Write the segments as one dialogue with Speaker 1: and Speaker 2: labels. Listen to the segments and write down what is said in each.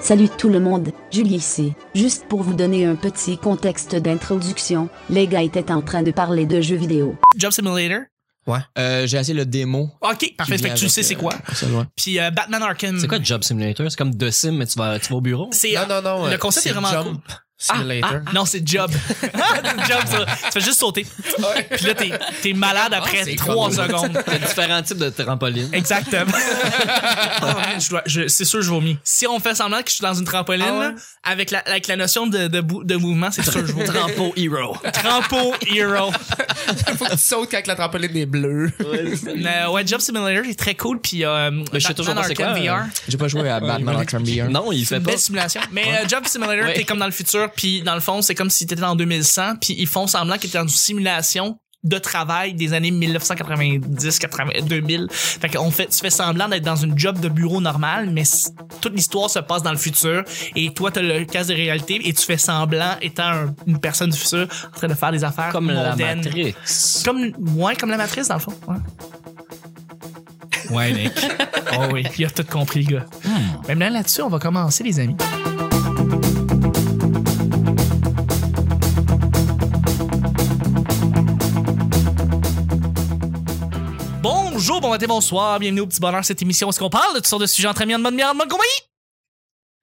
Speaker 1: Salut tout le monde, Julie ici. Juste pour vous donner un petit contexte d'introduction, les gars étaient en train de parler de jeux vidéo.
Speaker 2: Job Simulator.
Speaker 3: Ouais.
Speaker 4: Euh, j'ai assez le démo.
Speaker 2: Ok, parfait. Fait que tu
Speaker 4: euh,
Speaker 2: sais c'est quoi. Puis euh, Batman Arkham.
Speaker 3: C'est quoi Job Simulator? C'est comme The Sim, mais tu vas, tu vas au bureau?
Speaker 2: C'est-
Speaker 4: Non, non, non.
Speaker 2: Le
Speaker 4: euh,
Speaker 2: concept
Speaker 4: c'est
Speaker 2: est vraiment Ah,
Speaker 4: Jump Simulator.
Speaker 2: Non, c'est Job. C'est job, ça. Tu fais juste sauter. Puis là, t'es, t'es malade après
Speaker 4: c'est
Speaker 2: trois
Speaker 4: cool.
Speaker 2: secondes.
Speaker 3: T'as différents types de trampolines.
Speaker 2: Exactement. Oh, man, je dois- je- c'est sûr, je vomis. Si on me fait semblant que je suis dans une trampoline,
Speaker 3: Ah ouais?
Speaker 2: là, avec, la, avec la notion de, de, bou- de mouvement, c'est sûr, je vomis.
Speaker 3: Trampo Hero.
Speaker 2: Trampo Hero. ah.
Speaker 4: Faut que tu sautes quand la trampoline est bleue.
Speaker 2: Mais, ouais, Job Simulator est très cool. Puis, euh,
Speaker 3: Mais je sais
Speaker 2: Batman
Speaker 3: toujours pas c'est quoi,
Speaker 2: Arkham
Speaker 3: euh,
Speaker 2: VR.
Speaker 4: J'ai pas joué à Batman Arkham VR.
Speaker 3: Non, il fait
Speaker 2: une
Speaker 3: pas.
Speaker 2: belle simulation. Mais euh, Job Simulator,
Speaker 3: Ouais.
Speaker 2: t'es comme dans le futur, puis dans le fond, c'est comme si t'étais en 2100, puis ils font semblant que t'es dans une simulation de travail des années 1990, 80, 2000. Fait qu'on fait, tu fais semblant d'être dans une job de bureau normale, mais c- toute l'histoire se passe dans le futur, et toi, t'as le casque de réalité, et tu fais semblant étant un- une personne du futur en train de faire des affaires
Speaker 3: Comme la
Speaker 2: mondaines.
Speaker 3: Matrix.
Speaker 2: Comme, ouais, comme la matrice, dans le fond. Ouais. Ouais, mec.
Speaker 3: Ah
Speaker 2: oh oui, il a tout compris, le gars.
Speaker 3: Hmm.
Speaker 2: Même là, là-dessus, on va commencer, les amis. Bonjour, bon matin, bonsoir, bienvenue au Petit Bonheur, cette émission où est-ce qu'on parle de toutes sortes de sujets entre amis, en bonne bière, en bonne compagnie.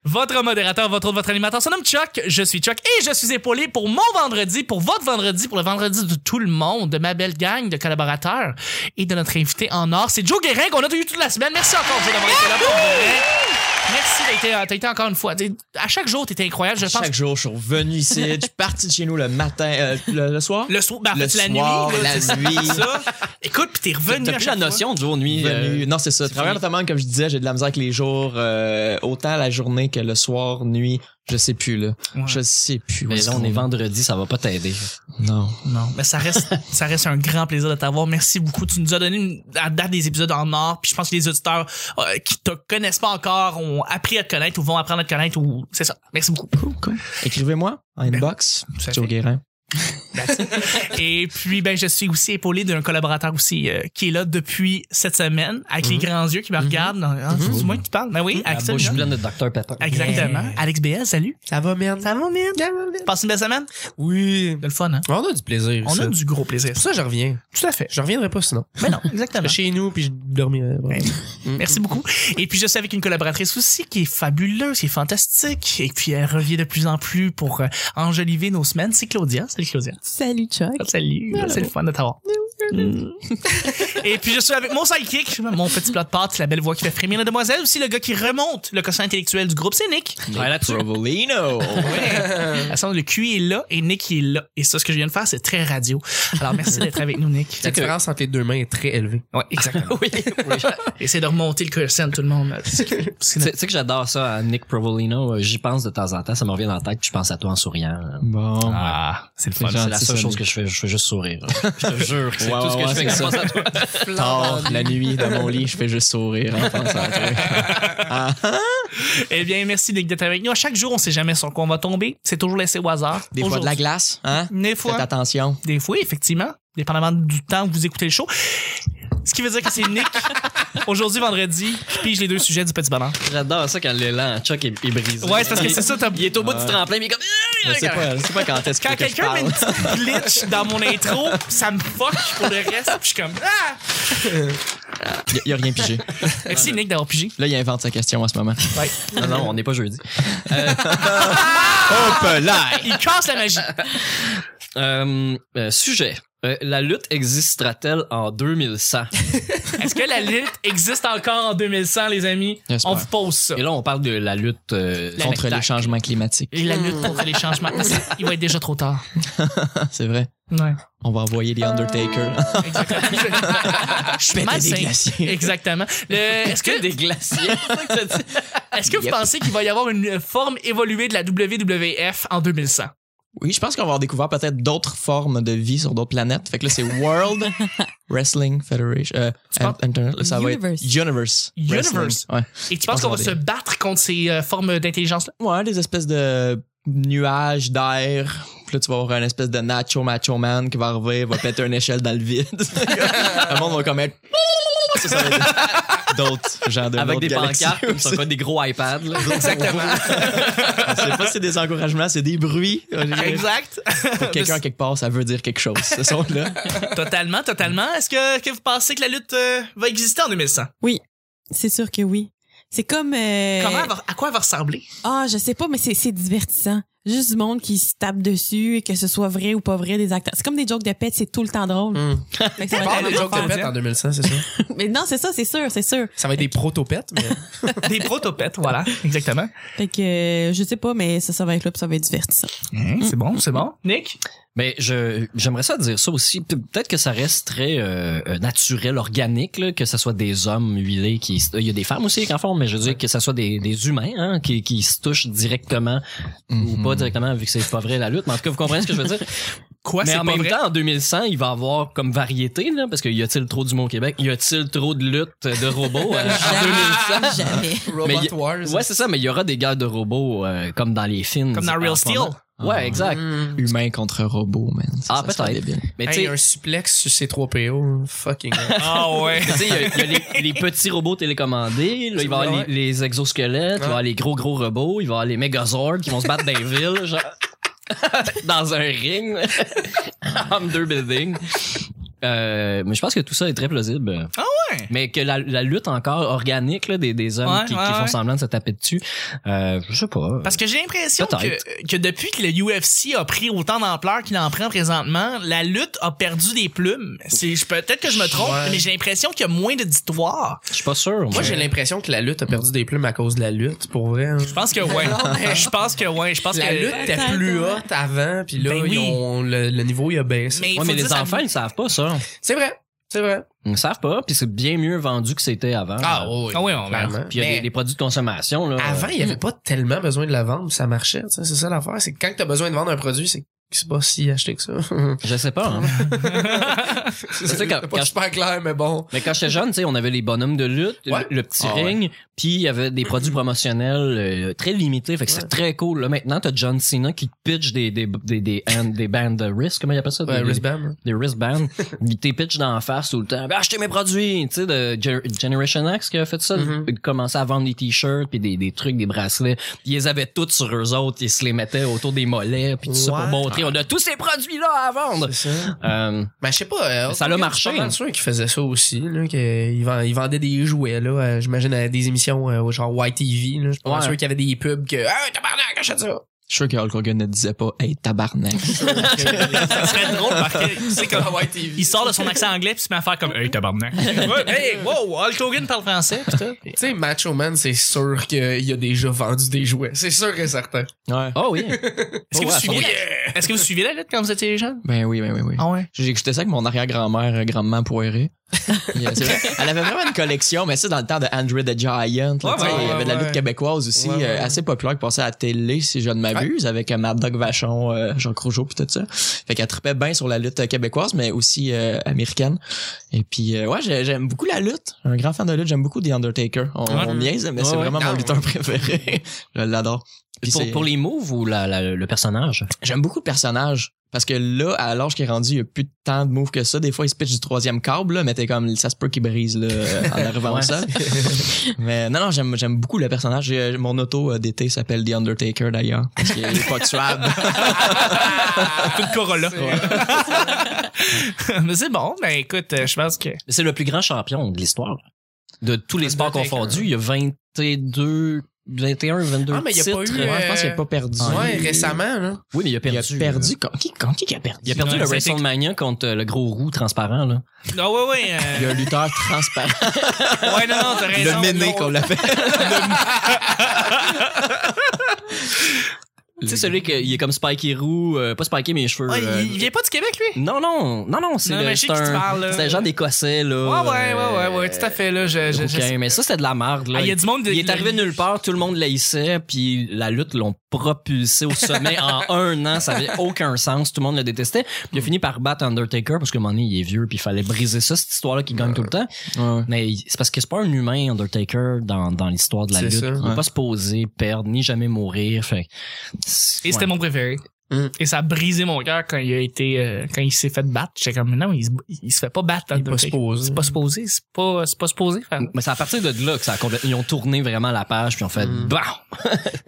Speaker 2: Votre modérateur, votre autre, votre animateur, son nom Chuck, je suis Chuck et je suis épaulé pour mon vendredi, pour votre vendredi, pour le vendredi de tout le monde, de ma belle gang de collaborateurs et de notre invité en or, c'est Joe Guérin qu'on a eu toute la semaine. Merci encore Joe d'avoir été là pour vrai. Merci d'être euh, t'as été encore une fois. T'es- À chaque jour, t'étais incroyable. Je pense
Speaker 4: Chaque jour, je suis revenu ici. Je suis parti de chez nous le matin, euh, le, le soir.
Speaker 2: le soir, ben, en
Speaker 4: Le
Speaker 2: fait, la
Speaker 4: soir,
Speaker 2: nuit, là,
Speaker 4: la nuit.
Speaker 2: c'est ça. Écoute, puis t'es revenu
Speaker 3: T'as
Speaker 2: à
Speaker 3: plus la
Speaker 2: chaque fois.
Speaker 3: notion de jour-nuit.
Speaker 4: Venu. non, c'est ça. Travailler
Speaker 3: Euh, fini.
Speaker 4: notamment, comme je disais, j'ai de la misère avec les jours, euh, autant la journée que le soir, nuit. Je sais plus, là.
Speaker 2: Ouais.
Speaker 4: Je sais plus. où
Speaker 3: Mais
Speaker 4: est-ce
Speaker 3: là, on
Speaker 4: qu'on
Speaker 3: est vendredi, ça va pas t'aider.
Speaker 4: Non.
Speaker 2: Non, mais ça reste, ça reste un grand plaisir de t'avoir. Merci beaucoup. Tu nous as donné une, à date des épisodes en or. Puis je pense que les auditeurs euh, qui te connaissent pas encore ont appris à te connaître ou vont apprendre à te connaître. ou C'est ça. Merci beaucoup.
Speaker 4: Écrivez-moi en inbox,
Speaker 2: ça
Speaker 4: Joe
Speaker 2: fait.
Speaker 4: Guérin.
Speaker 2: Et puis, ben, je suis aussi épaulé d'un collaborateur aussi euh, qui est là depuis cette semaine, avec les grands yeux qui me regardent. Hein, C'est moi qui te parle. Ben oui,
Speaker 3: La
Speaker 2: Axel.
Speaker 3: bouche
Speaker 2: Jean.
Speaker 3: pleine de Dr Pepper.
Speaker 2: Exactement. Alex BL, salut.
Speaker 4: Ça va, merde.
Speaker 2: Ça va, man? Passe une belle semaine?
Speaker 4: Oui.
Speaker 2: De le fun, hein?
Speaker 4: On a du plaisir.
Speaker 2: On a du gros plaisir.
Speaker 4: ça je reviens.
Speaker 2: Tout à fait.
Speaker 4: Je reviendrai pas sinon.
Speaker 2: Mais non, exactement.
Speaker 4: Chez nous, puis je dormirai.
Speaker 2: Ben, Merci beaucoup. Et puis, je suis avec une collaboratrice aussi qui est fabuleuse, qui est fantastique. Et puis, elle revient de plus en plus pour euh, enjoliver nos semaines. C'est Claudia. Salut, Claudia.
Speaker 5: Salut Chuck. Ah.
Speaker 2: Salut. C'est le fun de t'avoir. Mm. Et puis, je suis avec mon sidekick, mon petit plat de pâtes, la belle voix qui fait frémir la demoiselle. Aussi, le gars qui remonte le quotient intellectuel du groupe, c'est Nick.
Speaker 3: Ouais, là-dessus.
Speaker 4: Provolino.
Speaker 2: La sonde, le QI est là et Nick il est là. Et ça, ce que je viens de faire, c'est très radio. Alors, merci d'être avec nous, Nick.
Speaker 6: La différence entre les deux mains est très élevée.
Speaker 2: Ouais, exactement. oui, oui. Essaye de remonter le quotient, tout le monde. C'est-
Speaker 3: Tu sais
Speaker 2: c'est-
Speaker 3: tu sais que j'adore ça, à Nick Provolino. euh, J'y pense de temps en temps. Ça me revient dans la tête. Je pense à toi en souriant.
Speaker 4: Bon.
Speaker 3: Ah,
Speaker 4: c'est le
Speaker 3: C'est la seule chose que je fais. Je fais juste sourire. Je te jure. que C'est
Speaker 4: Ouais,
Speaker 3: tout ce que
Speaker 4: ouais,
Speaker 3: je fais.
Speaker 4: c'est
Speaker 3: que je
Speaker 4: ça.
Speaker 3: pense à toi.
Speaker 4: Tard, la nuit, dans mon lit, je fais juste sourire en pensant à toi.
Speaker 2: Eh bien, merci Nick d'être avec nous. À chaque jour, on sait jamais sur quoi on va tomber. C'est toujours laissé au hasard.
Speaker 4: Des fois de la
Speaker 2: Aujourd'hui-
Speaker 4: glace, hein?
Speaker 2: Des
Speaker 4: Faites
Speaker 2: fois.
Speaker 4: attention.
Speaker 2: Des fois, effectivement. Dépendamment du temps où vous écoutez le show. Ce qui veut dire que c'est Nick, aujourd'hui, vendredi, qui pige les deux sujets du petit bonheur.
Speaker 3: J'adore ça quand l'élan à Chuck est, est brisé.
Speaker 2: Ouais, c'est parce que c'est ça, t'as-
Speaker 3: Il est au bout du tremplin, mais il est comme.
Speaker 4: Je sais pas, je sais pas quand est-ce que,
Speaker 2: Quand
Speaker 4: que je
Speaker 2: quelqu'un met une
Speaker 4: parle.
Speaker 2: petite glitch dans mon intro, ça me fuck pour le reste, puis je suis comme Ah!
Speaker 4: Il y a rien pigé.
Speaker 2: Merci Nick d'avoir pigé.
Speaker 4: Là, il invente sa question en ce moment.
Speaker 2: Ouais.
Speaker 3: Non, non, on n'est pas jeudi.
Speaker 4: Hop là!
Speaker 2: Il casse la magie.
Speaker 3: Euh, euh, sujet. Euh, la lutte existera-t-elle en 2100?
Speaker 2: Est-ce que la lutte existe encore en 2100, les amis?
Speaker 4: J'espère.
Speaker 2: On vous pose ça.
Speaker 3: Et là, on parle de la lutte euh,
Speaker 2: La-
Speaker 4: Contre les
Speaker 2: spectacle.
Speaker 4: changements climatiques.
Speaker 2: Et la lutte contre les changements. Parce que Il va être déjà trop tard.
Speaker 4: C'est vrai.
Speaker 2: Ouais.
Speaker 4: On va envoyer les Undertaker.
Speaker 2: Je suis
Speaker 4: des
Speaker 2: malsain.
Speaker 4: glaciers.
Speaker 2: Exactement. Le- Est-ce que,
Speaker 3: des glaciers.
Speaker 2: est que vous
Speaker 4: Yep.
Speaker 2: pensez qu'il va y avoir une forme évoluée de la WWF en 2100?
Speaker 4: Oui, je pense qu'on va avoir découvert peut-être d'autres formes de vie sur d'autres planètes. Fait que là, c'est World Wrestling Federation. euh,
Speaker 2: Tu penses-
Speaker 4: Inter- ça va être
Speaker 5: Universe.
Speaker 4: Universe. Wrestling.
Speaker 2: Universe.
Speaker 4: Ouais.
Speaker 2: Et tu penses qu'on va se battre contre ces euh, formes d'intelligence-là?
Speaker 4: Ouais, des espèces de nuages d'air. Puis là, tu vas avoir une espèce de nacho macho man qui va arriver, va péter une échelle dans le vide. le monde va comme être
Speaker 7: ça, ça va être d'autres gens de
Speaker 3: Avec
Speaker 7: d'autres
Speaker 3: des
Speaker 7: galaxies
Speaker 3: pancartes, comme ça
Speaker 7: aussi.
Speaker 3: va être des gros iPads. là.
Speaker 2: Exactement.
Speaker 7: C'est pas si c'est des encouragements, c'est des bruits.
Speaker 2: exact.
Speaker 7: Pour quelqu'un quelque part, ça veut dire quelque chose. Ce son-là.
Speaker 2: Totalement, totalement. Est-ce que, que vous pensez que la lutte euh, va exister en 2100?
Speaker 8: C'est sûr que oui. C'est comme. euh,
Speaker 2: Comment elle va- à quoi elle va ressembler?
Speaker 8: Ah, je sais pas, mais c'est c'est divertissant. Juste du monde qui se tape dessus, et que ce soit vrai ou pas vrai des acteurs. C'est comme des jokes de pète, c'est tout le temps drôle. Fait que ça va
Speaker 2: Parle
Speaker 8: être
Speaker 2: Hmm. des
Speaker 8: vraiment
Speaker 2: jokes de
Speaker 8: fun.
Speaker 2: pète.
Speaker 4: en 2100, c'est ça?
Speaker 8: Mais non, c'est ça, c'est sûr, c'est sûr.
Speaker 4: Ça va être des protopètes, mais
Speaker 2: Des protopettes, voilà. Exactement.
Speaker 8: Fait que euh, je sais pas, mais ça, ça va être là, puis ça va être divertissant.
Speaker 2: Hein, c'est bon, c'est bon. Nick?
Speaker 3: Mais je j'aimerais ça dire ça aussi. Pe- Peut-être que ça reste très euh, euh, naturel, organique, là, que ce soit des hommes huilés qui. se- Il y a des femmes aussi qui en font, mais je veux dire que ce soit des, des humains hein, qui, qui se touchent directement
Speaker 2: Mm-hmm.
Speaker 3: ou pas directement, vu que c'est pas vrai la lutte. Mais en tout cas, vous comprenez ce que je veux dire.
Speaker 2: Quoi,
Speaker 3: mais
Speaker 2: c'est
Speaker 3: en
Speaker 2: pas
Speaker 3: même
Speaker 2: vrai?
Speaker 3: temps, en 2100, il va y avoir comme variété, là, parce que y a-t-il trop d'humains au Québec? Y a-t-il trop de luttes de robots euh, en 2100?
Speaker 8: Jamais.
Speaker 4: Robot
Speaker 3: Mais y-
Speaker 4: Wars.
Speaker 3: Ouais, c'est ça, mais il y aura des guerres de robots euh, comme dans les films.
Speaker 2: Comme dans
Speaker 3: en
Speaker 2: Real
Speaker 3: ce
Speaker 2: Steel. Mm-hmm.
Speaker 3: moment. Ouais, exact.
Speaker 4: Mm.
Speaker 7: Ah. Humain contre robot, man. Ça,
Speaker 3: Ah,
Speaker 7: ça serait
Speaker 3: peut-être.
Speaker 7: débile.
Speaker 3: Mais tu sais,
Speaker 4: Hey, un suplex sur C3PO. Fucking. hell.
Speaker 2: Ah ouais.
Speaker 3: Tu sais, il y a, il y a les, les petits robots télécommandés, là, il va y avoir les, les exosquelettes, il va y avoir les gros gros robots, il va y avoir les mégazords qui vont se battre dans les villes, genre, dans un ring, under building. Euh, mais je pense que tout ça est très plausible.
Speaker 2: Ah ouais?
Speaker 3: Mais que la, la lutte encore organique là, des, des hommes
Speaker 2: Ouais,
Speaker 3: qui,
Speaker 2: ouais,
Speaker 3: qui font
Speaker 2: ouais.
Speaker 3: semblant de se taper dessus, euh, je sais pas.
Speaker 2: Parce que j'ai l'impression que,
Speaker 3: Peut-être.
Speaker 2: que depuis que le UFC a pris autant d'ampleur qu'il en prend présentement, la lutte a perdu des plumes. C'est, je- peut-être que je me trompe,
Speaker 4: Ouais.
Speaker 2: mais j'ai l'impression qu'il y a moins d'auditoire.
Speaker 3: Je suis pas sûr.
Speaker 4: Moi,
Speaker 3: mais-
Speaker 4: j'ai l'impression que la lutte a perdu des plumes à cause de la lutte, pour vrai. hein.
Speaker 2: Je pense que ouais. Je pense que ouais. Je pense
Speaker 4: La
Speaker 2: que
Speaker 4: lutte était
Speaker 8: Attends,
Speaker 4: plus
Speaker 8: attends.
Speaker 4: haute avant, puis là,
Speaker 2: Ben oui.
Speaker 4: ils ont- le, le niveau, il a baissé.
Speaker 2: Mais, il
Speaker 3: Ouais,
Speaker 2: faut
Speaker 3: mais
Speaker 2: dire,
Speaker 3: les
Speaker 2: ça-
Speaker 3: enfants, ils savent pas ça.
Speaker 4: C'est vrai, c'est vrai.
Speaker 3: Ils savent pas, puis c'est bien mieux vendu que c'était avant. Euh,
Speaker 4: Oh oui,
Speaker 2: Ah oui, on-
Speaker 4: clairement.
Speaker 3: Puis il y a
Speaker 4: Mais
Speaker 3: des, des produits de consommation. Là,
Speaker 4: Avant, il n'y avait pas tellement besoin de la vendre, puis ça marchait. tu sais, C'est ça l'affaire. C'est que quand tu as besoin de vendre un produit, c'est que c'est pas si acheté que ça.
Speaker 3: Je sais pas. hein.
Speaker 4: c'est
Speaker 3: sais, quand-
Speaker 4: pas
Speaker 3: quand-
Speaker 4: super clair, mais bon.
Speaker 3: Mais quand j'étais jeune, tu sais, on avait les bonhommes de lutte,
Speaker 4: Ouais.
Speaker 3: le, le petit
Speaker 4: Ah ouais.
Speaker 3: ring, puis il y avait des produits promotionnels euh, très limités, fait que c'est très cool. Là, maintenant, t'as John Cena qui te pitch des des des des, hand- des bands de wrist, comment il appelle ça
Speaker 4: Ouais,
Speaker 3: Des-
Speaker 4: wristband. hein.
Speaker 3: Des, des wristbands. il te pitch dans la face tout le temps. Ben, achetez mes produits, tu sais, de Ge- Generation X qui a fait ça,
Speaker 4: Mhm.
Speaker 3: de commencer à vendre des t-shirts puis des, des trucs, des bracelets. Ils les avaient tous sur eux autres, ils se les mettaient autour des mollets puis tout ça pour
Speaker 4: What?
Speaker 3: montrer on a tous ces produits là à vendre.
Speaker 4: C'est ça.
Speaker 3: Euh,
Speaker 4: Mais je sais pas. euh,
Speaker 3: Mais ça l'a
Speaker 4: je suis
Speaker 3: marché.
Speaker 4: pas mal sûr qu'ils faisaient ça aussi, là, qu'ils vend- ils vendaient des jouets, là, euh, j'imagine, à des émissions euh, genre YTV, là. Je suis pas mal
Speaker 3: Ouais.
Speaker 4: sûr qu'il y avait des pubs que, hey, tabarnak, achète ça!
Speaker 7: Je suis sûr que Hulk Hogan ne disait pas Hey, tabarnak.
Speaker 2: ça serait drôle parce que c'est comme
Speaker 4: Ouais, TV.
Speaker 2: il sort de son accent anglais puis se met à faire comme hey tabarnak. Ouais, hey wow, Hulk Hogan parle français. pis tout.
Speaker 4: Tu sais, Macho Man, c'est sûr qu'il a déjà vendu des jouets. C'est sûr et certain.
Speaker 7: ouais.
Speaker 3: oh oui.
Speaker 2: Est-ce que vous
Speaker 3: Ouais,
Speaker 2: suivez la- Est-ce que vous suivez la lutte quand vous étiez jeune?
Speaker 7: Ben oui, ben oui, oui.
Speaker 2: Ah ouais.
Speaker 7: J'ai écouté ça avec mon arrière-grand-mère, euh, grandement poirée. Puis, euh, c'est vrai, Elle avait vraiment une collection, mais ça dans le temps de Andrew the Giant. là, tu
Speaker 2: Ouais,
Speaker 7: sais,
Speaker 2: ouais,
Speaker 7: il y avait de la
Speaker 4: ouais.
Speaker 7: lutte québécoise aussi,
Speaker 4: Ouais, ouais.
Speaker 7: euh, assez populaire qui passait à la télé, si je ne m'abuse, avec euh, Mad Dog Vachon, euh, Jean Rougeau puis tout ça. Fait qu'elle tripait bien sur la lutte québécoise, mais aussi euh, américaine. Et puis, euh, ouais, j'ai- j'aime beaucoup la lutte. Un grand fan de lutte, j'aime beaucoup The Undertaker. On,
Speaker 2: Ouais.
Speaker 7: on niaise, mais
Speaker 3: Ouais,
Speaker 7: c'est
Speaker 3: ouais.
Speaker 7: vraiment
Speaker 4: Ah,
Speaker 7: mon
Speaker 4: ouais.
Speaker 7: lutteur préféré. je l'adore. Puis
Speaker 3: Pour,
Speaker 7: c'est-
Speaker 3: pour les moves ou la- la- le personnage?
Speaker 7: J'aime beaucoup le personnage. Parce que là, à l'âge qu'il est rendu, il n'y a plus tant de moves que ça. Des fois, il se pitch du troisième câble, là, mais t'es comme, ça se peut qu'il brise là, euh, en arrivant
Speaker 3: Ouais.
Speaker 7: au sol. mais non, non, j'aime, j'aime beaucoup le personnage. J'ai- Mon auto euh, d'été s'appelle The Undertaker, d'ailleurs. Parce qu'il est pas tuable.
Speaker 3: Ah.
Speaker 2: Tout le Corolla. Mais c'est bon. Ben écoute, euh, je pense que
Speaker 3: C'est le plus grand champion de l'histoire. De tous
Speaker 2: Ah,
Speaker 3: les sports
Speaker 2: ben,
Speaker 4: Undertaker.
Speaker 3: confondus, il y a 22, 21, 22
Speaker 4: Ah, mais il y a pas
Speaker 3: titres.
Speaker 4: eu, euh,
Speaker 7: Ouais, je pense qu'il n'a pas perdu.
Speaker 4: ouais, récemment, là.
Speaker 3: Oui, mais il a
Speaker 7: Il
Speaker 3: perdu. euh,
Speaker 7: a perdu. Con- Qui, con- qui qui a perdu?
Speaker 3: Il a perdu
Speaker 2: Ouais,
Speaker 3: le
Speaker 2: ça a été- Ah,
Speaker 3: WrestleMania contre euh, le gros roux transparent. Là.
Speaker 2: non ouais ouais.
Speaker 7: Il y a un lutteur transparent.
Speaker 2: euh, ouais non non t'as raison.
Speaker 7: le méné
Speaker 2: Non.
Speaker 7: qu'on l'appelle.
Speaker 3: Tu sais, celui qui est comme Spikey roux, euh, pas Spikey, mais les cheveux.
Speaker 2: Ouais,
Speaker 3: euh,
Speaker 2: Ah, il, il vient pas du Québec lui.
Speaker 3: Non, non, non, non, c'est
Speaker 2: Non,
Speaker 3: le-
Speaker 2: mais je sais
Speaker 3: c'est
Speaker 2: qui tu parles,
Speaker 3: un,
Speaker 2: là.
Speaker 3: c'est un genre d'écossais.
Speaker 2: Ouais
Speaker 3: là.
Speaker 2: ouais ouais ouais
Speaker 3: euh,
Speaker 2: ouais tout à fait là. Je, je, je-
Speaker 3: rouquin. Mais ça, c'était de la merde.
Speaker 2: Ah,
Speaker 3: là.
Speaker 2: il y a du monde. de-
Speaker 3: Il est arrivé nulle part, tout le monde l'haïssait, puis la lutte l'ont propulsé au sommet en un an, ça avait aucun sens, tout le monde le détestait. Puis il a fini par battre Undertaker parce que un moment donné, il est vieux, puis il fallait briser ça, cette histoire-là qui gagne tout le temps. Mais il- c'est parce que c'est pas un humain, Undertaker, dans, dans l'histoire de la
Speaker 4: C'est
Speaker 3: lutte.
Speaker 4: ça,
Speaker 3: il peut
Speaker 7: ouais.
Speaker 3: pas se poser, perdre, ni jamais mourir. Fait. que-
Speaker 2: Et c'était
Speaker 3: Ouais.
Speaker 2: mon préféré.
Speaker 7: Mm.
Speaker 2: Et ça a brisé mon cœur quand il a été, euh, quand il s'est fait battre. J'étais comme, non, il se, il se fait pas battre.
Speaker 4: Il est pas
Speaker 2: Undertaker.
Speaker 4: supposé.
Speaker 2: C'est pas supposé. C'est pas, c'est pas supposé. faire.
Speaker 3: Mais c'est à partir de là que ça a complètement. Ils ont tourné vraiment la page puis ils ont fait
Speaker 4: Mm.
Speaker 3: BAM!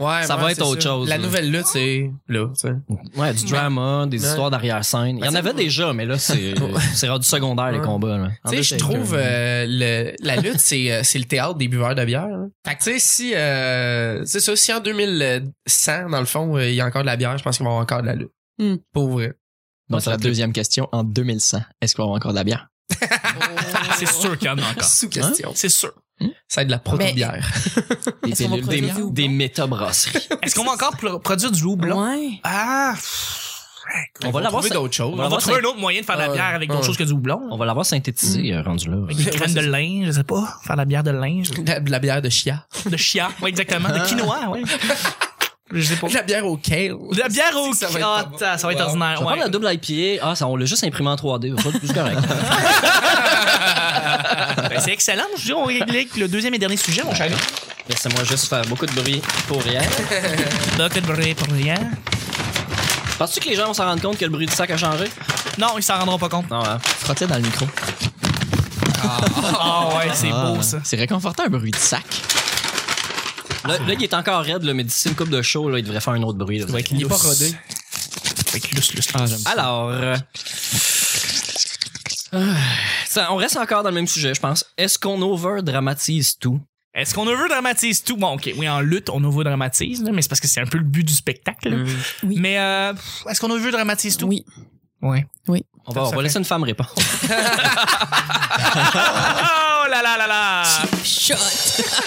Speaker 4: Ouais,
Speaker 3: Ça
Speaker 4: ouais,
Speaker 3: va être
Speaker 4: c'est
Speaker 3: autre chose,
Speaker 4: La
Speaker 3: là.
Speaker 4: nouvelle lutte, c'est là, tu sais.
Speaker 3: Ouais, du drama, des
Speaker 4: Ouais.
Speaker 3: histoires d'arrière-scène. Il y en
Speaker 4: c'est-
Speaker 3: avait déjà, mais là, c'est c'est rendu secondaire, les
Speaker 4: Ouais.
Speaker 3: combats. là.
Speaker 4: Tu sais, je trouve euh, le- la lutte, c'est euh, c'est le théâtre des buveurs de bière. hein. Fait que tu sais, si euh, c'est ça, si en 2100 dans le fond, euh, il y a encore de la bière, je pense qu'il va y avoir encore de la lutte.
Speaker 8: Hmm.
Speaker 4: Pour vrai.
Speaker 3: Donc,
Speaker 7: c'est la deuxième question. En 2100, est-ce qu'on va avoir encore de la bière?
Speaker 2: C'est sûr qu'il y en a encore.
Speaker 4: Sous question.
Speaker 2: C'est sûr.
Speaker 4: Ça va être de la proto-bière.
Speaker 3: des,
Speaker 8: Est-ce qu'on
Speaker 3: pilules, des,
Speaker 8: va produire du houblon?
Speaker 3: des métabrasseries.
Speaker 2: Est-ce qu'on va encore pro- produire du houblon?
Speaker 8: Ouais.
Speaker 2: Ah, pff,
Speaker 3: on va l'avoir
Speaker 4: trouver d'autres choses.
Speaker 2: on va
Speaker 3: l'avoir
Speaker 2: trouver
Speaker 3: syn-
Speaker 2: un autre moyen de faire de la
Speaker 4: Ah,
Speaker 2: bière avec d'autres
Speaker 4: ouais.
Speaker 2: choses que du houblon.
Speaker 3: on va l'avoir synthétisé, euh, rendu là.
Speaker 2: Avec des graines de linge, je sais pas. Faire de la bière de linge.
Speaker 4: De la, de la bière de chia.
Speaker 2: De chia. Ouais, exactement. De quinoa, ouais. Je sais pas.
Speaker 4: De la bière au kale.
Speaker 2: De la bière au
Speaker 4: Ça
Speaker 2: ça va
Speaker 4: va être pas
Speaker 2: être,
Speaker 4: bon.
Speaker 2: ça va être
Speaker 4: Wow.
Speaker 2: ordinaire.
Speaker 3: On
Speaker 2: ouais.
Speaker 3: parle de la double IPA. Ah, ça, on l'a juste imprimé en 3D. C'est plus correct.
Speaker 2: Ben, c'est excellent. Je dis, on réglait avec le deuxième et dernier sujet, mon cher. ami.
Speaker 3: Laissez-moi juste faire beaucoup de bruit pour rien.
Speaker 2: Bucket brûlé pour rien.
Speaker 3: Penses-tu que les gens vont s'en rendre compte que le bruit du sac a changé?
Speaker 2: Non, ils s'en rendront pas compte.
Speaker 3: Non, hein?
Speaker 7: Frotter dans le micro.
Speaker 2: Ah ouais, c'est
Speaker 7: Ah,
Speaker 2: beau ça.
Speaker 7: C'est réconfortant un bruit de sac.
Speaker 3: Là, là, il est encore raide, là, mais d'ici une coupe de show, là, il devrait faire un autre bruit. là.
Speaker 2: Avec
Speaker 4: Il est pas
Speaker 2: lousse.
Speaker 4: rodé.
Speaker 2: Avec lousse, lousse,
Speaker 7: Ah,
Speaker 2: lousse.
Speaker 7: j'aime ça.
Speaker 3: Alors, euh, euh, ça, on reste encore dans le même sujet, je pense. Est-ce qu'on over-dramatise tout?
Speaker 2: Est-ce qu'on over-dramatise tout? Bon, OK, oui, en lutte, on over-dramatise, là, mais c'est parce que c'est un peu le but du spectacle. là.
Speaker 8: Mm. Oui.
Speaker 2: Mais euh, est-ce qu'on over-dramatise tout?
Speaker 8: Oui.
Speaker 2: Ouais.
Speaker 3: On va, on va laisser une femme répondre.
Speaker 2: Oh là là là là!
Speaker 8: Shot.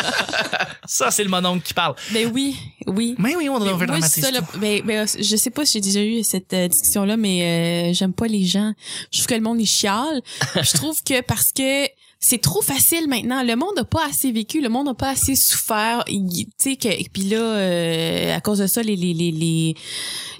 Speaker 2: Ça, c'est le mononcle qui parle.
Speaker 8: Ben oui, oui.
Speaker 2: Mais oui, on
Speaker 8: Mais moi, c'est
Speaker 2: over-dramatise
Speaker 8: ça,
Speaker 2: tout.
Speaker 8: là, ben, ben, je sais pas si j'ai déjà eu cette euh, discussion-là, mais euh, j'aime pas les gens. Je trouve que le monde, il chiale. je trouve que parce que c'est trop facile maintenant. Le monde n'a pas assez vécu, le monde n'a pas assez souffert. Il- Tu sais que, et puis là, euh, à cause de ça, les, les, les, les,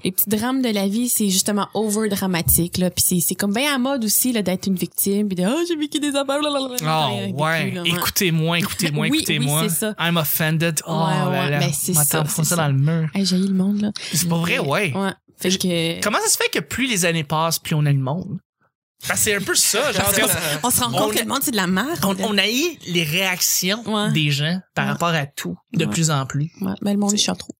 Speaker 8: les petits drames de la vie, c'est justement over-dramatique, là. Puis c'est, c'est comme bien à mode aussi, là, d'être une victime, puis de, oh, j'ai vécu des affaires, blablabla.
Speaker 2: Oh,
Speaker 8: Rien
Speaker 2: ouais.
Speaker 8: vécu, là,
Speaker 2: Écoutez-moi, écoutez-moi,
Speaker 8: Oui, oui,
Speaker 2: écoutez-moi.
Speaker 8: c'est ça.
Speaker 2: I'm offended. Oh
Speaker 8: Ouais, ouais,
Speaker 2: là là.
Speaker 8: mais c'est
Speaker 2: Ma
Speaker 8: ça,
Speaker 2: tante fout
Speaker 8: c'est ça.
Speaker 2: dans le mur.
Speaker 8: Hey, j'ai le monde, là.
Speaker 2: C'est pas vrai, ouais.
Speaker 8: Ouais. Fait
Speaker 2: Je-
Speaker 8: que.
Speaker 2: Comment ça se fait que plus les années passent, plus on a le monde? Parce que c'est un peu ça, genre.
Speaker 8: Parce
Speaker 2: c'est-
Speaker 8: On se rend
Speaker 2: On-
Speaker 8: compte que le monde, c'est de la merde.
Speaker 2: On, on haït les réactions
Speaker 8: Ouais.
Speaker 2: des gens par
Speaker 8: Ouais.
Speaker 2: rapport à tout, de
Speaker 8: Ouais.
Speaker 2: plus en plus.
Speaker 8: Ouais, ben, le monde est chiant trop.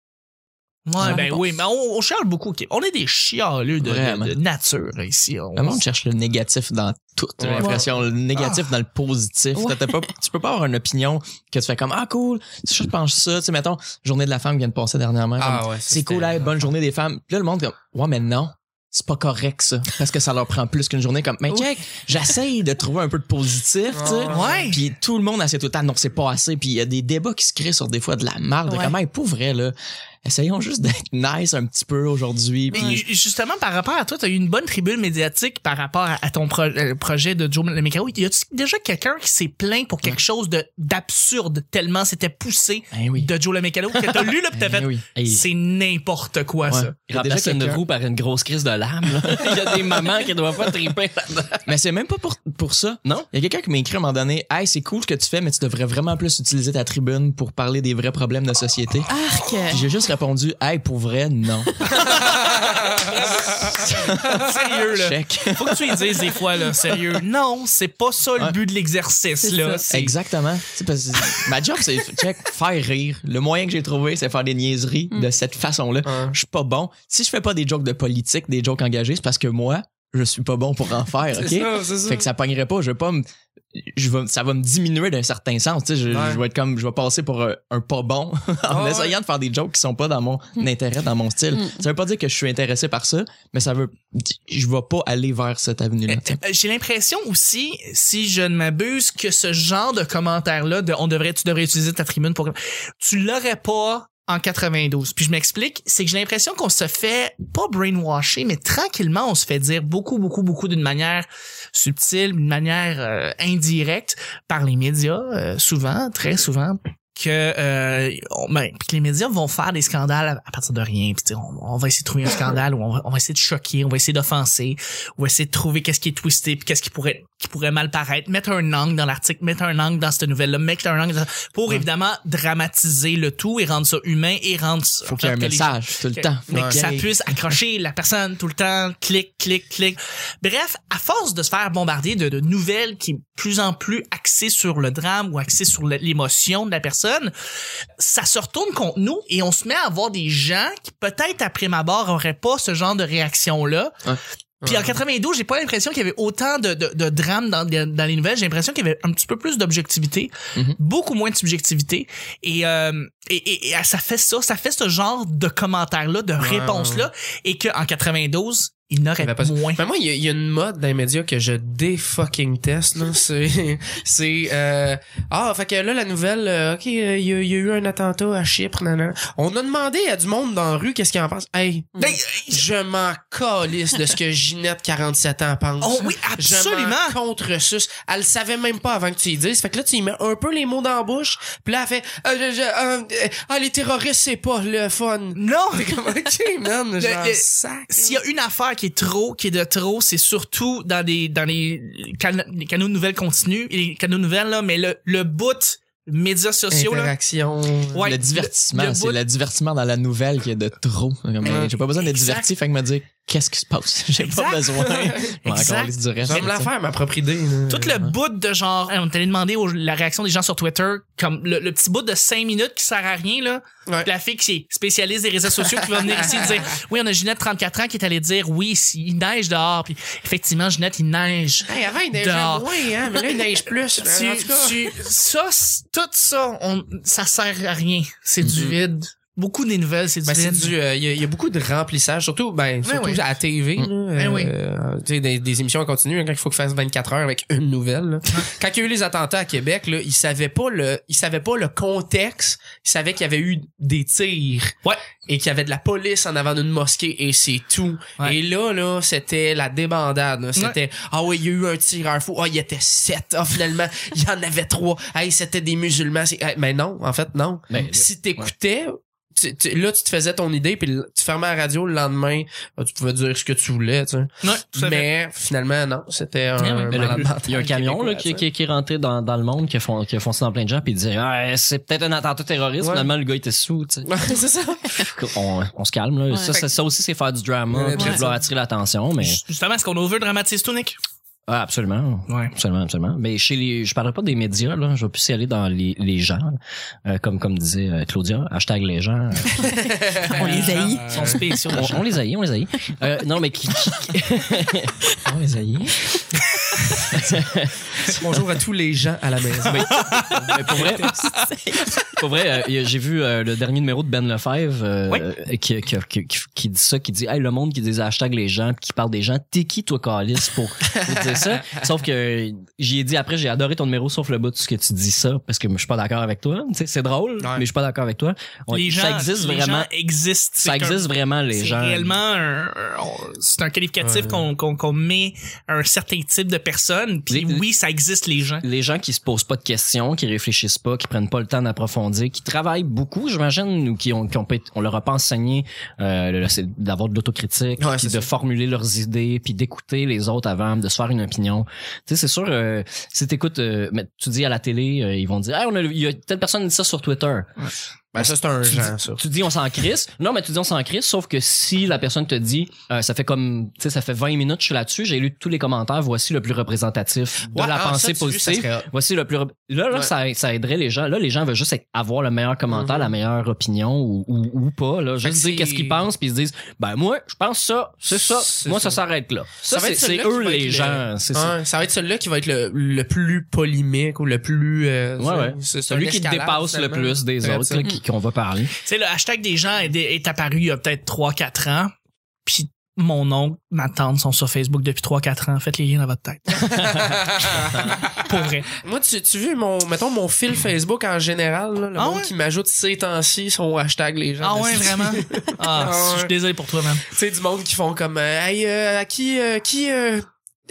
Speaker 2: Ouais, ben oui, mais on, on chiale beaucoup. ok. On est des chialeux de,
Speaker 7: Vraiment.
Speaker 2: de- de nature ici. On-
Speaker 7: Le monde cherche le négatif dans tout. J'ai
Speaker 2: Ouais.
Speaker 7: l'impression, le négatif dans le positif.
Speaker 8: Ouais.
Speaker 7: T'as- t'as pas- tu peux pas avoir une opinion que tu fais comme Ah, cool, tu sais, je pense ça. Tu sais, mettons, journée de la femme qui vient de passer dernièrement.
Speaker 2: Ah,
Speaker 7: comme,
Speaker 4: ouais.
Speaker 7: c'est cool, hey, bonne journée des femmes. Puis là, le monde, comme Ouais, mais non. C'est pas correct, ça. Parce que ça leur prend plus qu'une journée. Comme, mais check, j'essaye de trouver un peu de positif, tu sais.
Speaker 2: Ouais.
Speaker 7: Puis tout le monde essaie tout le temps, non, c'est pas assez. Puis il y a des débats qui se créent sur des fois de la marde.
Speaker 8: Ouais.
Speaker 7: Comment, hey, pour vrai, là, essayons juste d'être nice un petit peu aujourd'hui.
Speaker 2: Mais
Speaker 7: Puis
Speaker 2: ju- justement, par rapport à toi, t'as eu une bonne tribune médiatique par rapport à, à ton pro- euh, projet de Joe Lemicao. Y a-tu déjà quelqu'un qui s'est plaint pour quelque chose de d'absurde tellement c'était poussé
Speaker 7: Hein? Eh oui.
Speaker 2: de Joe Lemicao que t'as lu là pis t'as fait
Speaker 7: Eh oui.
Speaker 3: Hey,
Speaker 2: c'est n'importe quoi
Speaker 7: Ouais.
Speaker 2: ça.
Speaker 3: il
Speaker 7: y a déjà
Speaker 3: remplace une
Speaker 7: quelqu'un-
Speaker 3: roue par une grosse crise de larmes. là. il y a des mamans qui doivent pas triper là-dedans.
Speaker 7: Mais c'est même pas pour, pour ça.
Speaker 3: Non?
Speaker 7: Il y a quelqu'un qui m'a écrit à un moment donné Hey, c'est cool ce que tu fais, mais tu devrais vraiment plus utiliser ta tribune pour parler des vrais problèmes de société.
Speaker 8: Arc!
Speaker 7: Puis j'ai juste répondu Hey, pour vrai, non.
Speaker 2: Sérieux là.
Speaker 7: Check.
Speaker 2: Faut que tu y dises des fois là, sérieux. Non, c'est pas ça le
Speaker 7: Ouais.
Speaker 2: but de l'exercice
Speaker 8: C'est
Speaker 2: là.
Speaker 8: ça.
Speaker 2: C'est-
Speaker 7: Exactement. Tu sais, parce que ma job, c'est check, faire rire. Le moyen que j'ai trouvé, c'est faire des niaiseries de cette façon-là.
Speaker 4: Ouais.
Speaker 7: Je suis pas bon. Si je fais pas des jokes de politique, des jokes engagés, c'est parce que moi, je suis pas bon pour en faire, OK?
Speaker 4: C'est ça, c'est ça.
Speaker 7: Fait que ça pognerait pas, je vais pas me je vais, ça va me diminuer d'un certain sens, tu sais, je,
Speaker 4: Ouais.
Speaker 7: je vais être comme je vais passer pour un, un pas bon en
Speaker 4: ouais.
Speaker 7: essayant de faire des jokes qui sont pas dans mon intérêt, dans mon style.
Speaker 8: Mm.
Speaker 7: Ça veut pas dire que je suis intéressé par ça, mais ça veut je vais pas aller vers cette avenue-là. tu sais.
Speaker 2: Euh, J'ai l'impression aussi, si je ne m'abuse, que ce genre de commentaire-là, de on devrait, tu devrais utiliser ta tribune pour. Tu l'aurais pas en 92. Puis je m'explique, c'est que j'ai l'impression qu'on se fait pas brainwasher, mais tranquillement, on se fait dire beaucoup, beaucoup, beaucoup d'une manière subtile, d'une manière euh, indirecte par les médias, euh, souvent, très souvent que euh, on- ben, puis que les médias vont faire des scandales à, à partir de rien puis tu sais, on, on va essayer de trouver un scandale ou on va, on va essayer de choquer on va essayer d'offenser on va essayer de trouver qu'est-ce qui est twisté puis qu'est-ce qui pourrait qui pourrait mal paraître, mettre un angle dans l'article, mettre un angle dans cette nouvelle-là, mettre un angle dans- pour évidemment dramatiser le tout et rendre ça humain et rendre ça.
Speaker 7: Faut qu'il y ait un
Speaker 2: faire que les-
Speaker 7: message tout le
Speaker 2: que-
Speaker 7: temps.
Speaker 2: mais
Speaker 7: Ouais.
Speaker 2: que ça puisse accrocher la personne tout le temps, clic, clic, clic. Bref, à force de se faire bombarder de, de nouvelles qui est de plus en plus axées sur le drame ou axées sur le- l'émotion de la personne, ça se retourne contre nous et on se met à avoir des gens qui peut-être après ma barre auraient pas ce genre de réaction-là.
Speaker 7: Ouais.
Speaker 2: Puis en 92, j'ai pas l'impression qu'il y avait autant de, de, de drames dans, dans les nouvelles. J'ai l'impression qu'il y avait un petit peu plus d'objectivité,
Speaker 7: Mhm.
Speaker 2: beaucoup moins de subjectivité. Et, euh, et, et, et, ah, ça fait ça, ça fait ce genre de commentaires-là, de réponses-là. Et qu'en 92, il n'aurait
Speaker 4: Il y avait
Speaker 2: pas
Speaker 4: pas Ben, ça.
Speaker 2: moins.
Speaker 4: Mais moi, il y, a- il y a une mode dans les médias que je défucking teste. là. C'est, c'est, euh, ah, fait que là la nouvelle, euh, ok, euh, il y, a- il y a eu un attentat à Chypre, nanana. On a demandé à du monde dans la rue qu'est-ce qu'il en pense. Hey,
Speaker 2: Ben,
Speaker 4: je m'en calisse de ce que Ginette, 47 ans, pense.
Speaker 2: Oh oui, absolument.
Speaker 4: Je m'en contre sus. Elle le savait même pas avant que tu y dises. Fait que là, tu y mets un peu les mots dans la bouche. Puis là, elle fait, euh, je- je- euh, euh, ah, les terroristes, c'est pas le fun.
Speaker 2: Non!
Speaker 4: T'es comme, ok, man, genre,
Speaker 2: le-
Speaker 4: sac.
Speaker 2: S'il y a une affaire qui est trop, qui est de trop, c'est surtout dans des dans les, can- les canaux de nouvelles continues et les canaux de nouvelles là, mais le le bout médias sociaux là.
Speaker 4: Interaction.
Speaker 2: Ouais,
Speaker 7: le divertissement,
Speaker 2: le- le
Speaker 7: c'est
Speaker 2: bout-
Speaker 7: le divertissement dans la nouvelle qui est de trop. Comme,
Speaker 4: Ouais.
Speaker 7: J'ai pas besoin de
Speaker 2: Exact.
Speaker 7: divertir, fait que me dire qu'est-ce qui se passe. J'ai pas
Speaker 2: Exact.
Speaker 7: besoin. Je m'en
Speaker 2: Exact.
Speaker 7: calisse du reste,
Speaker 4: Je vais me la
Speaker 7: ça.
Speaker 4: faire, ma propre idée. là.
Speaker 2: Tout le bout de genre, hey, on t'allait demander aux- la réaction des gens sur Twitter, comme le, le petit bout de 5 minutes qui sert à rien, là.
Speaker 4: Ouais.
Speaker 2: Puis La fille qui est spécialiste des réseaux sociaux qui va venir ici dire, oui, on a Ginette, 34 ans, qui est allée dire, oui, si- il neige dehors. Puis effectivement, Ginette, il neige.
Speaker 4: Hey, avant, il neigeait
Speaker 2: Dehors.
Speaker 4: moins, hein, mais là, il neige plus.
Speaker 2: Tu-
Speaker 4: Ben, en tout cas,
Speaker 2: tu- ça, c- tout ça, on, ça sert à rien. C'est du vide. Beaucoup des nouvelles, c'est du
Speaker 4: Ben, c'est
Speaker 2: vide.
Speaker 4: du, euh, il y, a- il y a beaucoup de remplissage, surtout, ben, surtout
Speaker 2: oui. Mm. Ben
Speaker 4: à la TV, là, euh,
Speaker 2: oui.
Speaker 4: euh, tu sais, des, des émissions en continu, hein, quand il faut que fasse 24 heures avec une nouvelle. là. quand il y a eu les attentats à Québec, là, ils savaient pas le, ils savaient pas le contexte, ils savaient qu'il y avait eu des tirs.
Speaker 2: Ouais.
Speaker 4: Et qu'il y avait de la police en avant d'une mosquée et c'est tout.
Speaker 2: Ouais.
Speaker 4: Et là, là, c'était la débandade, là. C'était, ah oui, il y a eu un tireur fou. Ah, il y était sept. Ah, finalement, il y en avait trois. Hey, c'était des musulmans. C'est- hey, mais non, en fait, non
Speaker 3: Ben,
Speaker 4: si t'écoutais, tu- tu- là, tu te faisais ton idée, puis le- tu fermais la radio le lendemain, euh, tu pouvais dire ce que tu voulais, tu sais.
Speaker 2: Ouais, tout à fait.
Speaker 4: Mais finalement, non, c'était un.
Speaker 2: Eh oui.
Speaker 3: Mais le-
Speaker 4: malade mental
Speaker 3: il y a un camion
Speaker 4: québécois,
Speaker 3: là, qui,
Speaker 4: tu sais.
Speaker 3: qui, qui est rentré dans, dans le monde, qui a, fon- qui a foncé dans plein de gens, puis il dit ah, c'est peut-être un attentat terroriste.
Speaker 4: Ouais.
Speaker 3: Finalement, le gars était sous. tu sais.
Speaker 4: Ouais, c'est ça.
Speaker 3: on, on se calme. Là.
Speaker 8: Ouais.
Speaker 3: Ça,
Speaker 4: Fait
Speaker 3: ça, ça aussi, c'est faire du drama,
Speaker 4: Ouais,
Speaker 3: puis
Speaker 4: ouais.
Speaker 3: vouloir attirer l'attention. Mais
Speaker 2: Justement, est-ce qu'on veut dramatiser tout, Nick?
Speaker 3: Ah, absolument.
Speaker 2: Ouais.
Speaker 3: Absolument, absolument. Mais chez les, je parlerai pas des médias, là. Je vais plus y aller dans les, les gens. Euh, comme, comme disait euh, Claudia, hashtag les gens. euh,
Speaker 8: On les haït.
Speaker 2: Ils sont spéciaux. les
Speaker 3: on,
Speaker 2: gens.
Speaker 3: on les haït, on les haït. Euh, non, mais qui, qui- on les haït.
Speaker 4: Bonjour à tous les gens à la maison.
Speaker 3: Mais pour vrai, pour vrai, euh, j'ai vu euh, le dernier numéro de Ben Lefebvre euh, qui, qui, qui, qui dit ça, qui dit hey, le monde qui dit des hashtags les gens, puis qui parle des gens, t'es qui toi Calis pour, pour dire ça Sauf que j'y ai dit après, j'ai adoré ton numéro, sauf le bout de ce que tu dis ça, parce que je suis pas d'accord avec toi. Tu sais, c'est drôle, mais je suis pas d'accord avec toi. On-
Speaker 2: Les gens,
Speaker 3: ça existe
Speaker 2: les
Speaker 3: vraiment.
Speaker 2: gens existent. C'est
Speaker 3: ça
Speaker 2: comme-
Speaker 3: existe vraiment les
Speaker 2: C'est
Speaker 3: gens.
Speaker 2: réellement un, un- on- c'est un qualificatif
Speaker 4: Ouais.
Speaker 2: qu'on qu'on qu'on met à un certain type de personne. Puis
Speaker 3: Les-
Speaker 2: oui, ça existe les gens.
Speaker 3: les gens qui se posent pas de questions, qui réfléchissent pas, qui prennent pas le temps d'approfondir, qui travaillent beaucoup, j'imagine, ou qui ont, qui ont peut- on leur a pas enseigné euh, le- c'est d'avoir de l'autocritique,
Speaker 4: Ouais, c'est
Speaker 3: puis de
Speaker 4: ça.
Speaker 3: formuler leurs idées, puis d'écouter les autres avant, de se faire une opinion. Tu sais, c'est sûr, euh, si t'écoutes, euh, mais tu dis à la télé, euh, ils vont dire, hey, on a, il y a telle personne qui dit ça sur Twitter.
Speaker 4: ben, ça, c'est un
Speaker 3: Tu
Speaker 4: genre, ça.
Speaker 3: Tu dis on s'en crisse. Non, mais tu dis on s'en crisse, sauf que si la personne te dit euh, ça fait comme tu sais ça fait 20 minutes que je suis là-dessus, j'ai lu tous les commentaires, voici le plus représentatif de
Speaker 4: Ouais,
Speaker 3: la
Speaker 4: ah,
Speaker 3: pensée
Speaker 4: ça, tu dis, ça
Speaker 3: positive.
Speaker 4: serait hot.
Speaker 3: Voici le plus rep- là là
Speaker 4: Ouais.
Speaker 3: ça, ça aiderait les gens. Là les gens veulent juste être- avoir le meilleur commentaire, la meilleure opinion ou, ou, ou pas là,
Speaker 4: Mm-hmm. que
Speaker 3: juste
Speaker 4: c'est-
Speaker 3: dire qu'est-ce qu'ils pensent puis ils se disent ben moi je pense ça, c'est ça.
Speaker 4: C'est
Speaker 3: Moi ça,
Speaker 4: ça.
Speaker 3: s'arrête là. Ça,
Speaker 4: Ça va
Speaker 3: c'est
Speaker 4: être
Speaker 3: c'est
Speaker 4: celui-là
Speaker 3: eux
Speaker 4: qui va
Speaker 3: les
Speaker 4: être
Speaker 3: gens, c'est ça.
Speaker 4: Ouais, ça va être celui-là qui va être le, le plus polémique ou le plus. euh,
Speaker 3: Ouais, ouais.
Speaker 4: c'est- c'est
Speaker 3: Celui
Speaker 4: un
Speaker 3: qui
Speaker 4: escalade,
Speaker 3: dépasse le
Speaker 4: finalement.
Speaker 3: plus des
Speaker 4: C'est vrai,
Speaker 3: autres
Speaker 4: ça.
Speaker 3: là, qui- qu'on va parler.
Speaker 2: Tu sais, le hashtag des gens est, est apparu il y a peut-être 3-4 ans. Puis mon oncle, ma tante sont sur Facebook depuis 3-4 ans. Faites les liens dans votre tête. Pour vrai.
Speaker 4: Moi, tu, tu veux mon, mettons, mon fil Facebook en général, là, le
Speaker 2: Ah
Speaker 4: monde
Speaker 2: ouais?
Speaker 4: qui m'ajoute ces temps-ci, son hashtag les gens. ben,
Speaker 2: Ah ouais,
Speaker 4: C'est-
Speaker 2: vraiment? Ah,
Speaker 4: Ah ouais.
Speaker 2: je suis désolé pour toi, man.
Speaker 4: Tu sais, du monde qui font comme, euh, hey, euh, à qui, euh, qui, euh,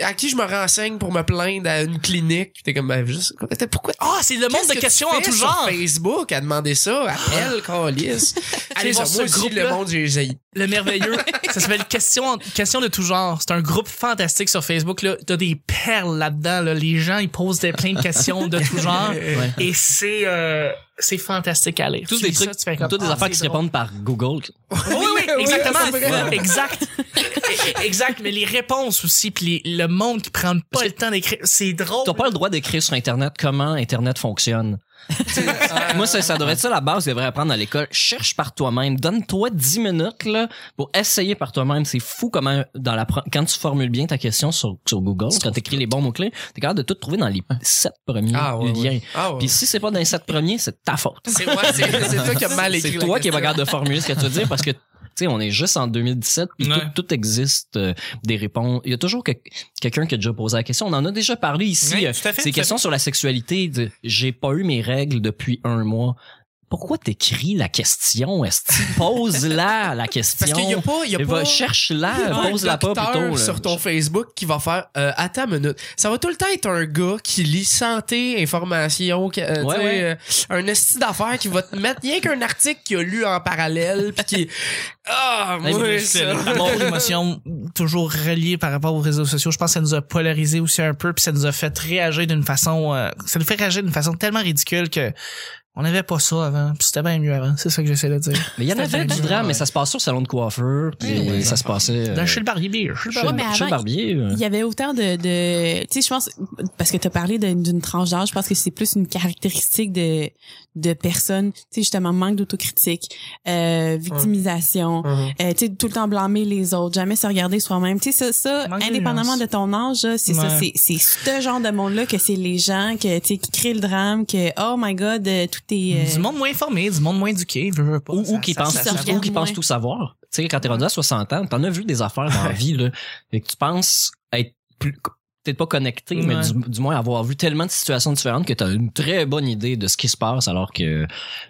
Speaker 4: à qui je me renseigne pour me plaindre à une clinique. Puis t'es comme, ben, juste, t'es- pourquoi
Speaker 2: Ah, c'est le monde
Speaker 4: Qu'est-ce
Speaker 2: de
Speaker 4: que
Speaker 2: questions
Speaker 4: tu
Speaker 2: en
Speaker 4: fais
Speaker 2: tout
Speaker 4: sur
Speaker 2: genre. Ah.
Speaker 4: Facebook à demander ça. Appelle, Calis.
Speaker 2: Allez voir ce
Speaker 4: moi aussi,
Speaker 2: groupe-là.
Speaker 4: le monde, j'ai essayé.
Speaker 2: Le merveilleux. ça s'appelle question, en- question de tout genre. C'est un groupe fantastique sur Facebook. Là. T'as des perles là-dedans. Là. Les gens, ils posent des, plein de questions de tout genre.
Speaker 4: Ouais.
Speaker 2: Et c'est, euh, c'est fantastique à lire.
Speaker 3: Tous
Speaker 2: Tu
Speaker 3: des
Speaker 2: lis
Speaker 3: trucs,
Speaker 2: ça, tu fais comme,
Speaker 3: toutes des
Speaker 2: ah,
Speaker 3: affaires qui
Speaker 2: c'est
Speaker 3: se
Speaker 2: drôle.
Speaker 3: répondent par Google.
Speaker 2: Oui, oui,
Speaker 4: Oui,
Speaker 2: exactement.
Speaker 4: c'est vrai.
Speaker 2: exact. E-, exact. Mais les réponses aussi, puis les- le monde qui prend pas le temps d'écrire, c'est drôle.
Speaker 3: T'as pas le droit d'écrire sur Internet comment Internet fonctionne. Moi, ça, ça devrait être ça la base que devrait apprendre à l'école. Cherche par toi-même. Donne-toi 10 minutes là, pour essayer par toi-même. C'est fou comment, dans la, pro- quand tu formules bien ta question sur, sur Google, quand tu écris les bons mots-clés, t'es capable de tout trouver dans les sept premiers
Speaker 4: Ah, ouais,
Speaker 3: liens.
Speaker 4: ouais. Ah, ouais.
Speaker 3: Puis si c'est pas dans les sept premiers, c'est ta faute.
Speaker 4: C'est moi, c'est c'est toi qui as mal écrit.
Speaker 3: C'est
Speaker 4: la
Speaker 3: toi qui es
Speaker 4: question.
Speaker 3: pas capable de formuler ce que tu veux dire parce que tu sais, on est juste en 2017 puis
Speaker 2: Ouais.
Speaker 3: tout, tout existe euh, des réponses. Il y a toujours que- quelqu'un qui a déjà posé la question. On en a déjà parlé ici.
Speaker 2: Oui,
Speaker 3: euh,
Speaker 2: tout à fait,
Speaker 3: Ces
Speaker 2: tout à
Speaker 3: questions sur la sexualité. de, J'ai pas eu mes règles depuis un mois. Pourquoi t'écris la question? Est-ce que pose-la la question?
Speaker 4: Parce qu'il y a pas, il y a
Speaker 3: Et va-
Speaker 4: pas. il y a
Speaker 3: Cherche-la,
Speaker 4: pas un
Speaker 3: pose-la pas
Speaker 4: docteur
Speaker 3: plutôt. là.
Speaker 4: sur ton Facebook qui va faire euh, attends une minute ça va tout le temps être un gars qui lit santé information qui- euh,
Speaker 3: Ouais,
Speaker 4: tu sais,
Speaker 3: ouais.
Speaker 4: euh, un esti d'affaires qui va te mettre rien qu'un article qu'il a lu en parallèle puis qui ah
Speaker 3: Hey,
Speaker 4: moi
Speaker 3: mais
Speaker 4: ça.
Speaker 2: Mon émotion toujours reliée par rapport aux réseaux sociaux, je pense que ça nous a polarisé aussi un peu, puis ça nous a fait réagir d'une façon, euh, ça nous fait réagir d'une façon tellement ridicule que on n'avait pas ça avant, puis c'était bien mieux avant. C'est ça que j'essaie de dire.
Speaker 3: Mais il y en avait du drame, mais ça se passe sur le salon de coiffeur, puis
Speaker 8: Ouais, ouais.
Speaker 3: ça se passait. euh,
Speaker 2: Dans chez le barbier, chez le
Speaker 3: chez
Speaker 8: Ouais,
Speaker 2: barbier.
Speaker 8: mais
Speaker 3: chez le
Speaker 8: avant,
Speaker 3: barbier. euh.
Speaker 8: Il y avait autant de, de tu sais, je pense, parce que tu as parlé de- d'une tranche d'âge, je pense que c'est plus une caractéristique de, de personnes, tu sais, justement, manque d'autocritique, euh, victimisation,
Speaker 4: Mhm.
Speaker 8: euh, tu sais, tout le temps blâmer les autres, jamais se regarder soi-même. Tu sais, ça, ça
Speaker 2: Manque
Speaker 8: indépendamment
Speaker 2: d'élégance.
Speaker 8: de ton âge, là, c'est ça,
Speaker 2: Ouais.
Speaker 8: c'est, c'est ce genre de monde-là que c'est les gens que, tu sais, qui créent le drame, que, oh my god, euh, tout est... euh,
Speaker 2: Du monde moins informé, du monde moins éduqué, je veux pas.
Speaker 3: ou, ou
Speaker 2: Ça-
Speaker 3: qui
Speaker 2: ça-
Speaker 3: pense
Speaker 2: ça-
Speaker 8: se
Speaker 2: ça-
Speaker 8: regarde
Speaker 3: ou qui pense
Speaker 8: moins.
Speaker 3: tout savoir. Tu sais, quand t'es rendu à 60 ans, t'en as vu des affaires dans la vie, là, et que tu penses être plus, peut-être pas connecté, mais
Speaker 2: Ouais.
Speaker 3: du, du moins avoir vu tellement de situations différentes que t'as une très bonne idée de ce qui se passe, alors que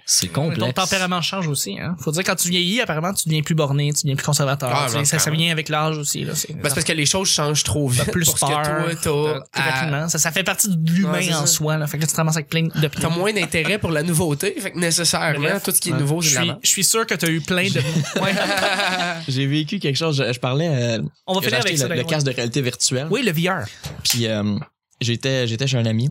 Speaker 3: c'est complexe.
Speaker 2: Ton tempérament change aussi. Hein. Faut dire, quand tu vieillis, apparemment, tu deviens plus borné, tu deviens plus conservateur.
Speaker 4: Ah,
Speaker 2: tu sais,
Speaker 4: ben,
Speaker 2: ça, ça
Speaker 4: quand
Speaker 2: vient avec l'âge aussi. Là, c'est-
Speaker 4: Ben, c'est parce que les choses changent trop vite
Speaker 2: plus
Speaker 4: pour ce
Speaker 2: peur,
Speaker 4: que
Speaker 2: euh,
Speaker 4: toi
Speaker 2: plus
Speaker 4: t'as à-
Speaker 2: rapidement. Ça, ça fait partie de l'humain
Speaker 4: Ouais, c'est
Speaker 2: en
Speaker 4: ça.
Speaker 2: soi. Là. Fait que tu te ramasses avec plein
Speaker 4: t'as
Speaker 2: d'opinions.
Speaker 4: moins d'intérêt pour la nouveauté fait que nécessairement
Speaker 2: Bref.
Speaker 4: Ah, tout ce qui est
Speaker 7: hein.
Speaker 4: nouveau c'est
Speaker 2: Je
Speaker 4: de la
Speaker 2: suis,
Speaker 4: merde.
Speaker 2: je suis sûr que tu as eu plein de. Ouais.
Speaker 7: J'ai vécu quelque chose. Je, je parlais. euh,
Speaker 2: On va
Speaker 7: que j'ai
Speaker 2: finir
Speaker 7: acheté
Speaker 2: avec ça. ben,
Speaker 7: le, le
Speaker 2: d'ailleurs.
Speaker 7: casque de réalité virtuelle.
Speaker 2: Oui, le VR.
Speaker 7: Puis euh, j'étais j'étais chez un ami.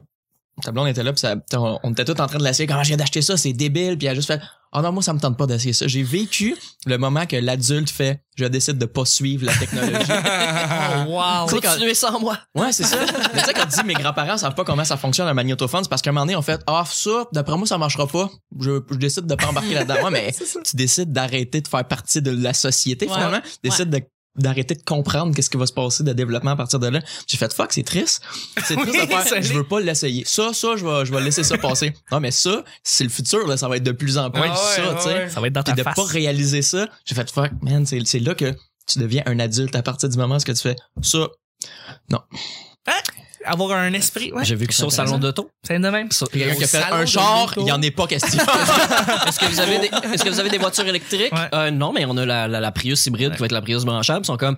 Speaker 7: Ta blonde était là, puis ça- putain, on, on était tous en train de l'essayer. Comment je viens d'acheter ça, c'est débile. Puis elle a juste fait Ah non, moi, ça me tente pas d'essayer ça. J'ai vécu le moment que l'adulte fait Je décide de pas suivre la technologie.
Speaker 2: Oh, wow.
Speaker 3: Ah
Speaker 7: Continuez sans moi. Ouais, c'est ça. Mais tu sais, quand tu dis mes grands-parents savent pas comment ça fonctionne un magnétophone, c'est parce qu'à un moment donné, on fait Ah, ça, d'après moi, ça marchera pas. Je, je décide de pas embarquer là-dedans. Ouais, mais tu décides d'arrêter de faire partie de la société,
Speaker 8: Ouais.
Speaker 7: finalement. Décide de d'arrêter de comprendre qu'est-ce qui va se passer de développement à partir de là. J'ai fait fuck, c'est triste. C'est triste
Speaker 2: Oui,
Speaker 7: de faire,
Speaker 2: ça
Speaker 7: je
Speaker 2: l'est.
Speaker 7: veux pas l'essayer. Ça, ça, je vais, je vais laisser ça passer. Non, mais ça, c'est le futur, là, ça va être de plus en plus
Speaker 2: Ouais,
Speaker 7: ça,
Speaker 4: ouais,
Speaker 7: tu sais.
Speaker 4: ouais.
Speaker 2: Ça va être dans
Speaker 7: Puis
Speaker 2: ta
Speaker 7: de
Speaker 2: face.
Speaker 7: pas réaliser ça, j'ai fait fuck, man, c'est c'est là que tu deviens un adulte à partir du moment où ce que tu fais ça.
Speaker 2: Avoir un esprit. Ouais.
Speaker 3: J'ai vu que ça au salon d'auto.
Speaker 2: C'est de même.
Speaker 3: Sur-
Speaker 7: Quelqu'un qui a
Speaker 3: au
Speaker 7: fait
Speaker 3: salon
Speaker 7: un
Speaker 3: de
Speaker 7: char,
Speaker 3: l'auto.
Speaker 7: il n'y en est pas question.
Speaker 3: Est-ce que vous avez des, est-ce que vous avez des voitures électriques?
Speaker 2: Ouais.
Speaker 3: Euh, non, mais on a la, la, la Prius hybride qui va être la Prius branchable. Ils sont comme,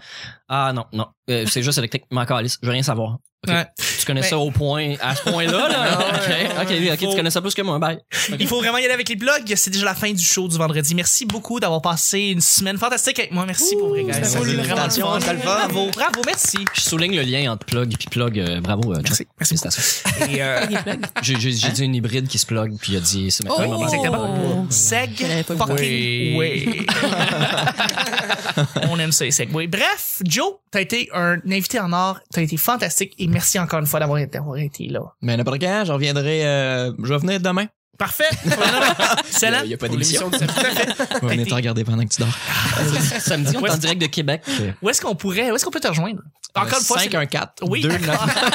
Speaker 3: ah, non, non, euh, c'est juste électrique. Mais encore, Alice, je veux rien savoir. Ok.
Speaker 2: Ouais.
Speaker 3: Tu
Speaker 2: Mais-
Speaker 3: connais
Speaker 7: Ben-
Speaker 3: ça au point, à ce point-là, là? ok, ok, oui, ok,
Speaker 2: Faut-
Speaker 3: tu connais ça plus que moi. Bye.
Speaker 2: Il faut vraiment y aller avec les blogs. C'est déjà la fin du show du vendredi. Merci beaucoup d'avoir passé une semaine fantastique avec moi. Merci pour vrai, guys.
Speaker 7: ça fait
Speaker 2: vraiment le
Speaker 7: plaisir.
Speaker 2: fun. Bravo, bravo, merci.
Speaker 3: Je souligne le lien entre plug puis plug. euh, bravo. euh, Chuck.
Speaker 2: Merci.
Speaker 3: Félicitations.
Speaker 2: Et, euh,
Speaker 3: J'ai j'ai-
Speaker 7: Hein?
Speaker 3: j'ai dit une hybride qui se plug puis il a dit c'est maintenant.
Speaker 8: Oh!
Speaker 3: maman.
Speaker 2: exactement. Seg
Speaker 8: Je l'avais pas vu.
Speaker 2: fucking
Speaker 4: Oui.
Speaker 2: way. On aime ça, les segways. Bref, Joe, t'as été un invité en or. T'as été fantastique et merci encore une fois d'avoir été, d'avoir été là.
Speaker 7: Mais n'importe quand, je reviendrai, euh, je vais venir demain.
Speaker 2: Parfait.
Speaker 7: Il
Speaker 2: Excellent.
Speaker 7: n'y a pas
Speaker 4: Pour l'émission
Speaker 7: d'émission.
Speaker 4: de samedi.
Speaker 7: Je vais venir te regarder pendant que tu dors.
Speaker 3: Samedi, on est en direct de Québec.
Speaker 2: Où est-ce qu'on pourrait, où est-ce qu'on peut te rejoindre?
Speaker 7: Euh,
Speaker 2: Encore une fois, c'est-
Speaker 7: 514.
Speaker 2: Oui.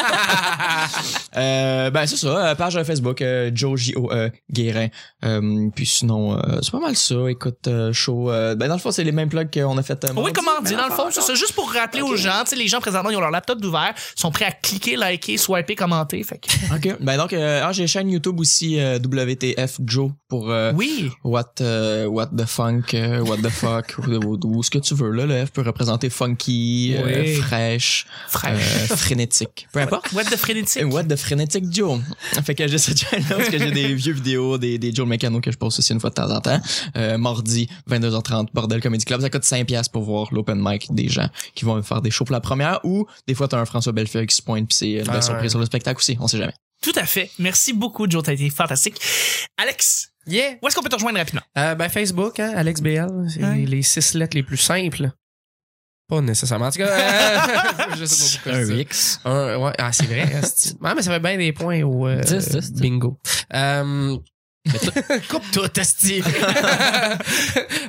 Speaker 7: 29. euh, ben, c'est ça. euh, Page Facebook, euh, Joe J-O-E Guérin. Euh, puis sinon, euh, c'est pas mal ça. Écoute, euh, show. euh, ben, dans le fond, c'est les mêmes plugs qu'on a fait. euh,
Speaker 2: Oui,
Speaker 7: mardi.
Speaker 2: comment
Speaker 7: Mais
Speaker 2: dire, dans le fond, c'est ça. Juste pour rappeler aux gens, tu sais, les gens présentement, ils ont leur laptop d'ouvert, sont prêts à cliquer, liker, swiper, commenter. Fait que,
Speaker 7: OK. Ben, donc, euh, ah, j'ai chaîne YouTube aussi, euh, WTF Joe, pour euh,
Speaker 2: oui.
Speaker 7: What, euh, what the Funk, euh, What the Fuck, ou, ou- ou ce que tu veux. Là, le F peut représenter funky, euh,
Speaker 2: Oui.
Speaker 7: fraîche, fraîche, euh,
Speaker 4: Fraîche.
Speaker 7: frénétique. Peu importe.
Speaker 2: What the frénétique?
Speaker 7: What the Frenetic Joe. Fait que j'ai ce challenge parce que j'ai des vieux vidéos des, des Joe Mécano que je poste aussi une fois de temps en temps. Euh, mardi, 22h30, Bordel Comedy Club. Ça coûte 5$ piastres pour voir l'open mic des gens qui vont faire des shows pour la première ou des fois t'as un François Bellefeuille qui se pointe pis c'est une belle
Speaker 4: Ah, ouais.
Speaker 7: surprise sur le spectacle aussi. On sait jamais.
Speaker 2: Tout à fait. Merci beaucoup, Joe. T'as été fantastique. Alex,
Speaker 4: Yeah!
Speaker 2: où est-ce qu'on peut te rejoindre rapidement?
Speaker 4: Euh, ben, Facebook, hein, Alex BL, c'est
Speaker 2: Ouais.
Speaker 4: les- les six lettres les plus simples. Pas nécessairement. En tout cas, euh, je sais pas pourquoi. je dis ça.
Speaker 3: X.
Speaker 4: Un, ouais, ah, c'est vrai. asti. ah, mais ça fait bien des points au euh,
Speaker 3: Dix, dix, dix.
Speaker 4: bingo. Euh, Coupe tout, asti.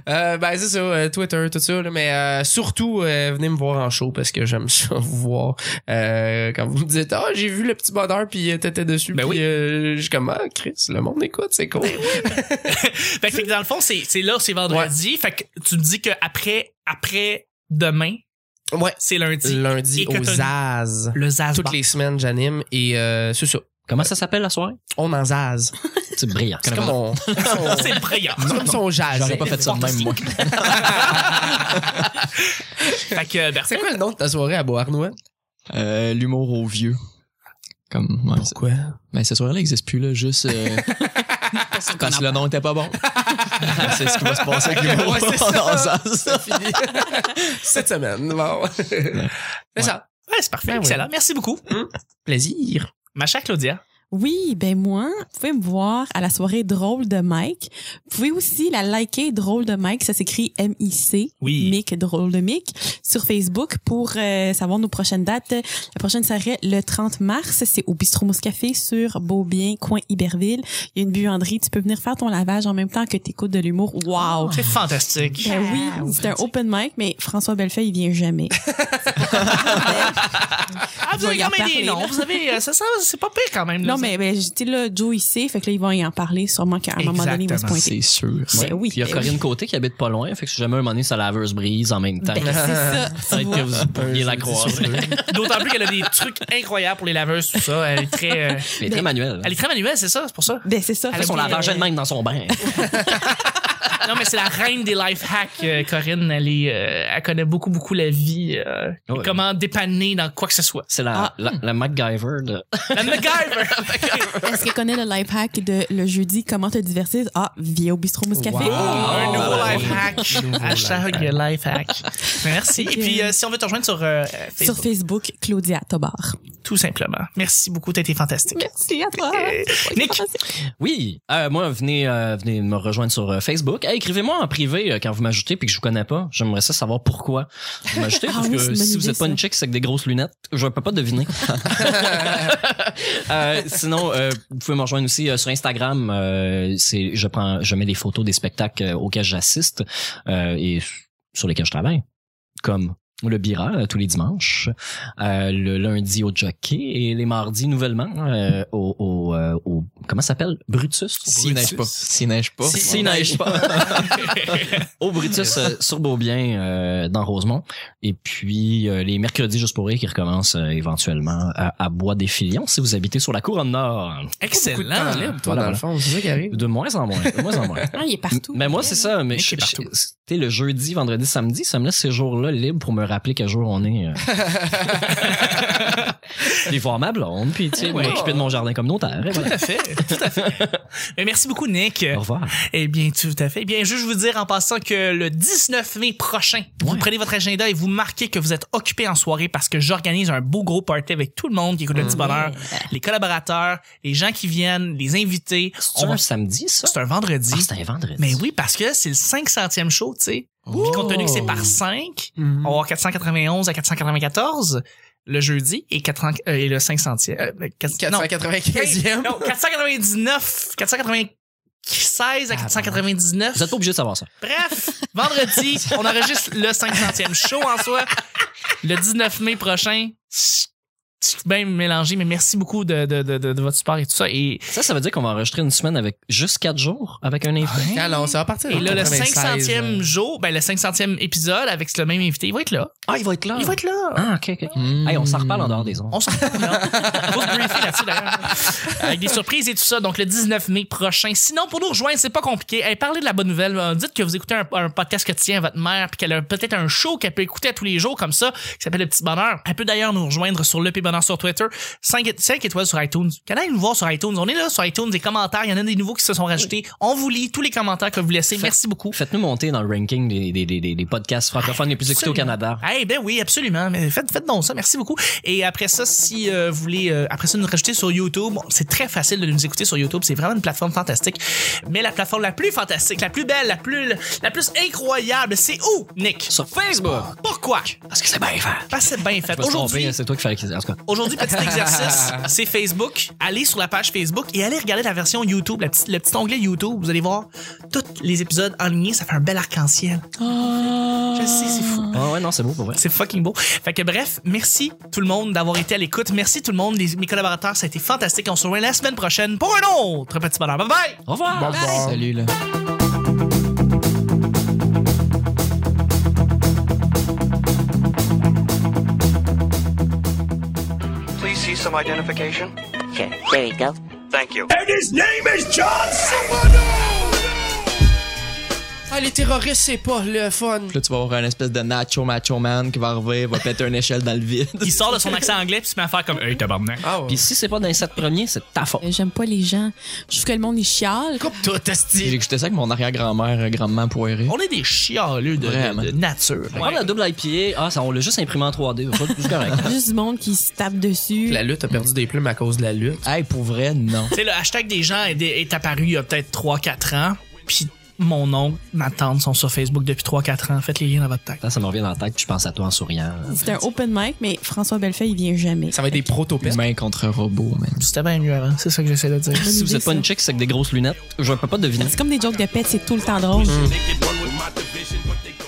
Speaker 4: euh, ben, c'est ça, euh, Twitter, tout ça. là, mais euh, surtout, euh, venez me voir en show parce que j'aime ça vous voir. Euh, quand vous me dites, ah, j'ai vu le petit bonheur, puis euh, t'étais dessus.
Speaker 2: Ben
Speaker 4: puis,
Speaker 2: oui.
Speaker 4: euh, je suis comme, ah, Chris, le monde écoute, c'est cool.
Speaker 2: Fait que, fait que dans le fond, c'est c'est là, c'est vendredi. Fait que tu me dis qu'après, après demain,
Speaker 4: Ouais.
Speaker 2: c'est lundi.
Speaker 4: Lundi
Speaker 2: Et que
Speaker 4: aux
Speaker 2: t'as
Speaker 4: Zaz.
Speaker 2: Le Zazba.
Speaker 4: Toutes les semaines, j'anime et euh, c'est ça.
Speaker 3: Comment ça s'appelle la soirée?
Speaker 4: On en Zaz.
Speaker 3: C'est brillant.
Speaker 4: C'est comme on.
Speaker 2: C'est brillant.
Speaker 4: C'est comme son jazz.
Speaker 7: J'aurais pas fait ça de même, moi.
Speaker 2: Fait que, euh, merci.
Speaker 4: C'est quoi le nom de ta soirée à Beauharnois?
Speaker 7: Euh, L'humour aux vieux. Comme, ouais, c'est-
Speaker 4: Quoi?
Speaker 7: ben, ce soir-là existe plus, là, juste, euh, parce que le nom était pas bon. c'est ce qui va se passer avec l'humour.
Speaker 4: Ouais, c'est ça.
Speaker 7: en sens.
Speaker 4: Fini. Cette semaine. Bon. C'est ça.
Speaker 2: Ouais, c'est parfait.
Speaker 4: Ben oui.
Speaker 2: Excellent. Merci beaucoup.
Speaker 4: Plaisir.
Speaker 2: Hum. Ma chère Claudia.
Speaker 8: Oui, ben moi, vous pouvez me voir à la soirée Drôle de Mike. Vous pouvez aussi la liker Drôle de Mike, ça s'écrit M-I-C,
Speaker 2: Oui.
Speaker 8: Mick, Drôle de Mick, sur Facebook pour euh, savoir nos prochaines dates. La prochaine serait le 30 mars, c'est au Bistro Mousse Café sur Beaubien, coin Iberville. Il y a une buanderie, tu peux venir faire ton lavage en même temps que t'écoutes de l'humour. Wow!
Speaker 2: C'est fantastique.
Speaker 8: Ben oui, c'est un open mic, mais François Bellefeuille, il vient jamais.
Speaker 2: Ah, vous
Speaker 8: Je vais
Speaker 2: avez
Speaker 8: y en
Speaker 2: quand même des
Speaker 8: parler,
Speaker 2: noms.
Speaker 8: là.
Speaker 2: Vous avez, euh, ça, ça, c'est pas pire quand même. là.
Speaker 8: Non, mais ben, tu sais, là, Joe, il sait, fait que là, ils vont y en parler. Sûrement qu'à un moment donné, il va se
Speaker 2: Exactement,
Speaker 8: pointer.
Speaker 7: C'est sûr.
Speaker 8: Ben oui.
Speaker 3: Puis il y a
Speaker 8: ben
Speaker 3: Corinne Côté qui habite pas loin, fait que si jamais un moment donné sa laveuse brise en même temps,
Speaker 8: oui. Ben, c'est ça. tu
Speaker 3: peut-être
Speaker 8: vois.
Speaker 3: que vous pourriez
Speaker 7: Ben,
Speaker 3: la croiser.
Speaker 7: hein.
Speaker 2: D'autant plus qu'elle a des trucs incroyables pour les laveuses, tout ça. Elle est très, euh,
Speaker 3: Elle est très manuelle.
Speaker 2: elle est très manuelle, c'est ça, c'est pour ça.
Speaker 8: Ben, c'est ça.
Speaker 2: Elle
Speaker 8: fait
Speaker 3: fait son
Speaker 8: que,
Speaker 3: lavage
Speaker 8: euh,
Speaker 3: elle-même dans son bain.
Speaker 2: Non, mais c'est la reine des life hacks, euh, Corinne. Elle, est, euh, elle connaît beaucoup, beaucoup la vie. euh, et
Speaker 3: Ouais.
Speaker 2: Comment dépanner dans quoi que ce soit.
Speaker 3: C'est la,
Speaker 8: Ah.
Speaker 3: la, la MacGyver de...
Speaker 2: La MacGyver!
Speaker 8: Est-ce que connais le life hack de le jeudi, comment te divertir? Ah, viens au bistrot mousse café.
Speaker 4: Wow.
Speaker 2: un
Speaker 4: Oh,
Speaker 2: nouveau
Speaker 4: ouais.
Speaker 2: life hack.
Speaker 4: Nouveau
Speaker 2: Hashtag
Speaker 4: life
Speaker 2: life hack. Merci. Et puis, euh, si on veut te rejoindre sur euh, Facebook,
Speaker 8: Sur Facebook, Claudia Tobar.
Speaker 2: tout simplement. Merci beaucoup, t'as été fantastique.
Speaker 8: Merci à toi.
Speaker 2: Nick.
Speaker 3: Oui, euh, moi, venez, euh, venez me rejoindre sur euh, Facebook. Hey, Écrivez-moi en privé euh, quand vous m'ajoutez puis que je vous connais pas. J'aimerais ça savoir pourquoi vous m'ajoutez.
Speaker 8: Ah
Speaker 3: parce
Speaker 8: oui,
Speaker 3: que
Speaker 8: c'est une
Speaker 3: si
Speaker 8: bonne
Speaker 3: vous
Speaker 8: idée,
Speaker 3: êtes pas
Speaker 8: ça.
Speaker 3: une chick c'est avec des grosses lunettes, je peux pas deviner. Euh, sinon, euh, vous pouvez me rejoindre aussi euh, sur Instagram. Euh, c'est- je prends, je mets des photos des spectacles euh, auxquels j'assiste euh, et sur lesquels je travaille, comme le Bira euh, tous les dimanches, euh, le lundi au Jockey et les mardis nouvellement euh, au, au, euh, au- comment ça s'appelle Brutus.
Speaker 7: S'il neige pas. S'il neige pas.
Speaker 3: Si- S'il neige pas. Au Brutus euh, sur Beaubien euh, dans Rosemont. Et puis euh, les mercredis juste pour rire qui recommencent euh, éventuellement à, à Bois des Filions si vous habitez sur la couronne nord.
Speaker 2: Excellent.
Speaker 4: Ah, Toi, dans le fond, c'est ça qui arrive.
Speaker 3: De moins en moins. De moins en moins.
Speaker 8: Ah, il est partout.
Speaker 3: Mais Ben, moi, c'est ça. Mais
Speaker 2: Nick
Speaker 3: je-
Speaker 2: est partout.
Speaker 3: je- c'était le jeudi, vendredi, samedi. Ça me laisse ces jours-là libres pour me rappeler quel jour on est. euh. Puis voir ma blonde, puis tu sais,
Speaker 2: Ouais.
Speaker 3: m'occuper de mon jardin communautaire. Et
Speaker 2: Tout
Speaker 3: voilà.
Speaker 2: à fait, tout à fait. Mais merci beaucoup, Nick.
Speaker 3: Au revoir.
Speaker 2: Eh bien, tout à fait. Eh bien, juste vous dire en passant que le 19 mai prochain, vous
Speaker 3: Ouais.
Speaker 2: prenez votre agenda et vous marquez que vous êtes occupé en soirée parce que j'organise un beau gros party avec tout le monde qui écoute le petit bonheur, les collaborateurs, les gens qui viennent, les invités.
Speaker 3: C'est
Speaker 2: va-
Speaker 3: un samedi, ça?
Speaker 2: C'est un vendredi.
Speaker 3: Ah, c'est un vendredi.
Speaker 2: Mais oui, parce que c'est le 500e show, tu sais. Puis compte tenu que c'est
Speaker 3: Oh.
Speaker 2: par 5,
Speaker 3: Mm-hmm.
Speaker 2: on va avoir 491 à 494 le jeudi et, 80 euh, et le 500e. euh, le 400 non.
Speaker 4: 495e.
Speaker 2: Non, 499, 496 à 499.
Speaker 3: Ah, Vous êtes pas obligé de savoir ça.
Speaker 2: Bref, vendredi, on enregistre le 500e show en soi. Le 19 mai prochain, C'est bien mélangé, mais merci beaucoup de, de, de, de- de votre support et tout ça. Et,
Speaker 3: Ça, ça veut dire qu'on va enregistrer une semaine avec juste quatre jours avec un invité.
Speaker 4: Alors, ça va partir.
Speaker 3: Ah,
Speaker 2: et
Speaker 4: de
Speaker 2: là, le
Speaker 4: 96,
Speaker 2: 500e
Speaker 3: hein.
Speaker 4: euh,
Speaker 2: jour, ben, le 500e épisode avec le même invité, il va être là.
Speaker 3: Ah, il va être là.
Speaker 2: Il va être là.
Speaker 3: Ah, ok, ok.
Speaker 7: Hmm.
Speaker 3: Hey, on s'en reparle en dehors des ondes.
Speaker 2: On s'en fout, non? Faut se briefer là-dessus, d'ailleurs. Avec des surprises et tout ça, donc le 19 mai prochain. Sinon, pour nous rejoindre, c'est pas compliqué. Hey, parlez de la bonne nouvelle. Euh, Dites que vous écoutez un, un podcast que tient votre mère, puis qu'elle a peut-être un show qu'elle peut écouter à tous les jours, comme ça, qui s'appelle Le Petit Bonheur. Elle peut d'ailleurs nous rejoindre sur Le Petit Bonheur sur Twitter. 5, étoiles sur iTunes. Qu'elle aille nous voir sur iTunes. On est là sur iTunes, des commentaires. Il y en a des nouveaux qui se sont rajoutés. On vous lit tous les commentaires que vous laissez.
Speaker 3: Fait-
Speaker 2: Merci beaucoup.
Speaker 3: Faites-nous monter dans le ranking des, des, des, des, des podcasts francophones les plus écoutés au Canada.
Speaker 2: Eh ben oui, absolument. Mais faites, faites donc ça. Merci beaucoup. Et après ça, si euh, vous voulez, euh, après ça, nous rajouter sur YouTube, bon, c'est très facile de nous écouter sur YouTube. C'est vraiment une plateforme fantastique. Mais la plateforme la plus fantastique, la plus belle, la plus, la plus incroyable, c'est où, Nick?
Speaker 3: Sur Facebook.
Speaker 2: Pourquoi?
Speaker 3: Parce que c'est bien fait.
Speaker 2: Parce que c'est bien fait.
Speaker 3: Je me suis
Speaker 2: Aujourd'hui,
Speaker 3: trompé, hein, c'est toi qui fallait qu'ils. En tout cas,
Speaker 2: Aujourd'hui, petit exercice, c'est Facebook. Allez sur la page Facebook et allez regarder la version YouTube, la petite- le petit onglet YouTube. Vous allez voir tous les épisodes en ligne. Ça fait un bel arc-en-ciel. Je sais, c'est fou.
Speaker 3: Ah ouais, non, c'est beau pour vrai.
Speaker 2: C'est fucking beau. Fait que bref, merci tout le monde d'avoir été à l'écoute. Merci tout le monde, les- mes collaborateurs. Ça a été fantastique. On se revoit la semaine prochaine pour un autre petit bonheur. Bye bye!
Speaker 3: Au revoir.
Speaker 4: Bon, bon.
Speaker 7: Salut, là.
Speaker 9: Please see some identification.
Speaker 10: Sure. There you go.
Speaker 9: Thank you.
Speaker 4: Ah, les terroristes, c'est pas le fun.
Speaker 7: Puis là, tu vas avoir un espèce de nacho macho man qui va arriver, va péter une échelle dans le vide.
Speaker 2: Il sort de son accent anglais puis se met à faire comme Hey tabarnak.
Speaker 4: Ah, ouais.
Speaker 3: Puis si c'est pas dans les sept premiers, c'est ta faute.
Speaker 8: Euh, J'aime pas les gens. Je trouve que le monde, il chiale.
Speaker 4: coupe toi, testi.
Speaker 7: J'écoutais ça avec mon arrière-grand-mère, euh, grandement poirée.
Speaker 2: On est des chialeux de,
Speaker 7: Vraiment.
Speaker 2: de- de nature.
Speaker 3: On la double IPA, ah, ça, on l'a juste imprimé en 3D. C'est correct.
Speaker 8: Juste du monde qui se tape dessus.
Speaker 4: La lutte a perdu des plumes à cause de la lutte.
Speaker 7: Hey, pour vrai, non.
Speaker 2: Tu sais, le hashtag des gens est, est apparu il y a peut-être 3-4 ans. Puis mon oncle, ma tante sont sur Facebook depuis 3-4 ans. Faites les liens dans votre tête.
Speaker 3: Attends, ça me revient dans la tête, puis je pense à toi en souriant.
Speaker 8: C'est un open mic, mais François Bellefeuille, il vient jamais.
Speaker 4: Ça va être des protopistes.
Speaker 7: Humain contre robot, man.
Speaker 2: C'était bien mieux avant. C'est ça que j'essaie de dire.
Speaker 3: Si vous êtes pas une chick, c'est avec des grosses lunettes, je peux pas deviner. Mm.
Speaker 8: C'est comme des jokes de pète, c'est tout le temps drôle.
Speaker 11: They get one with my division, but they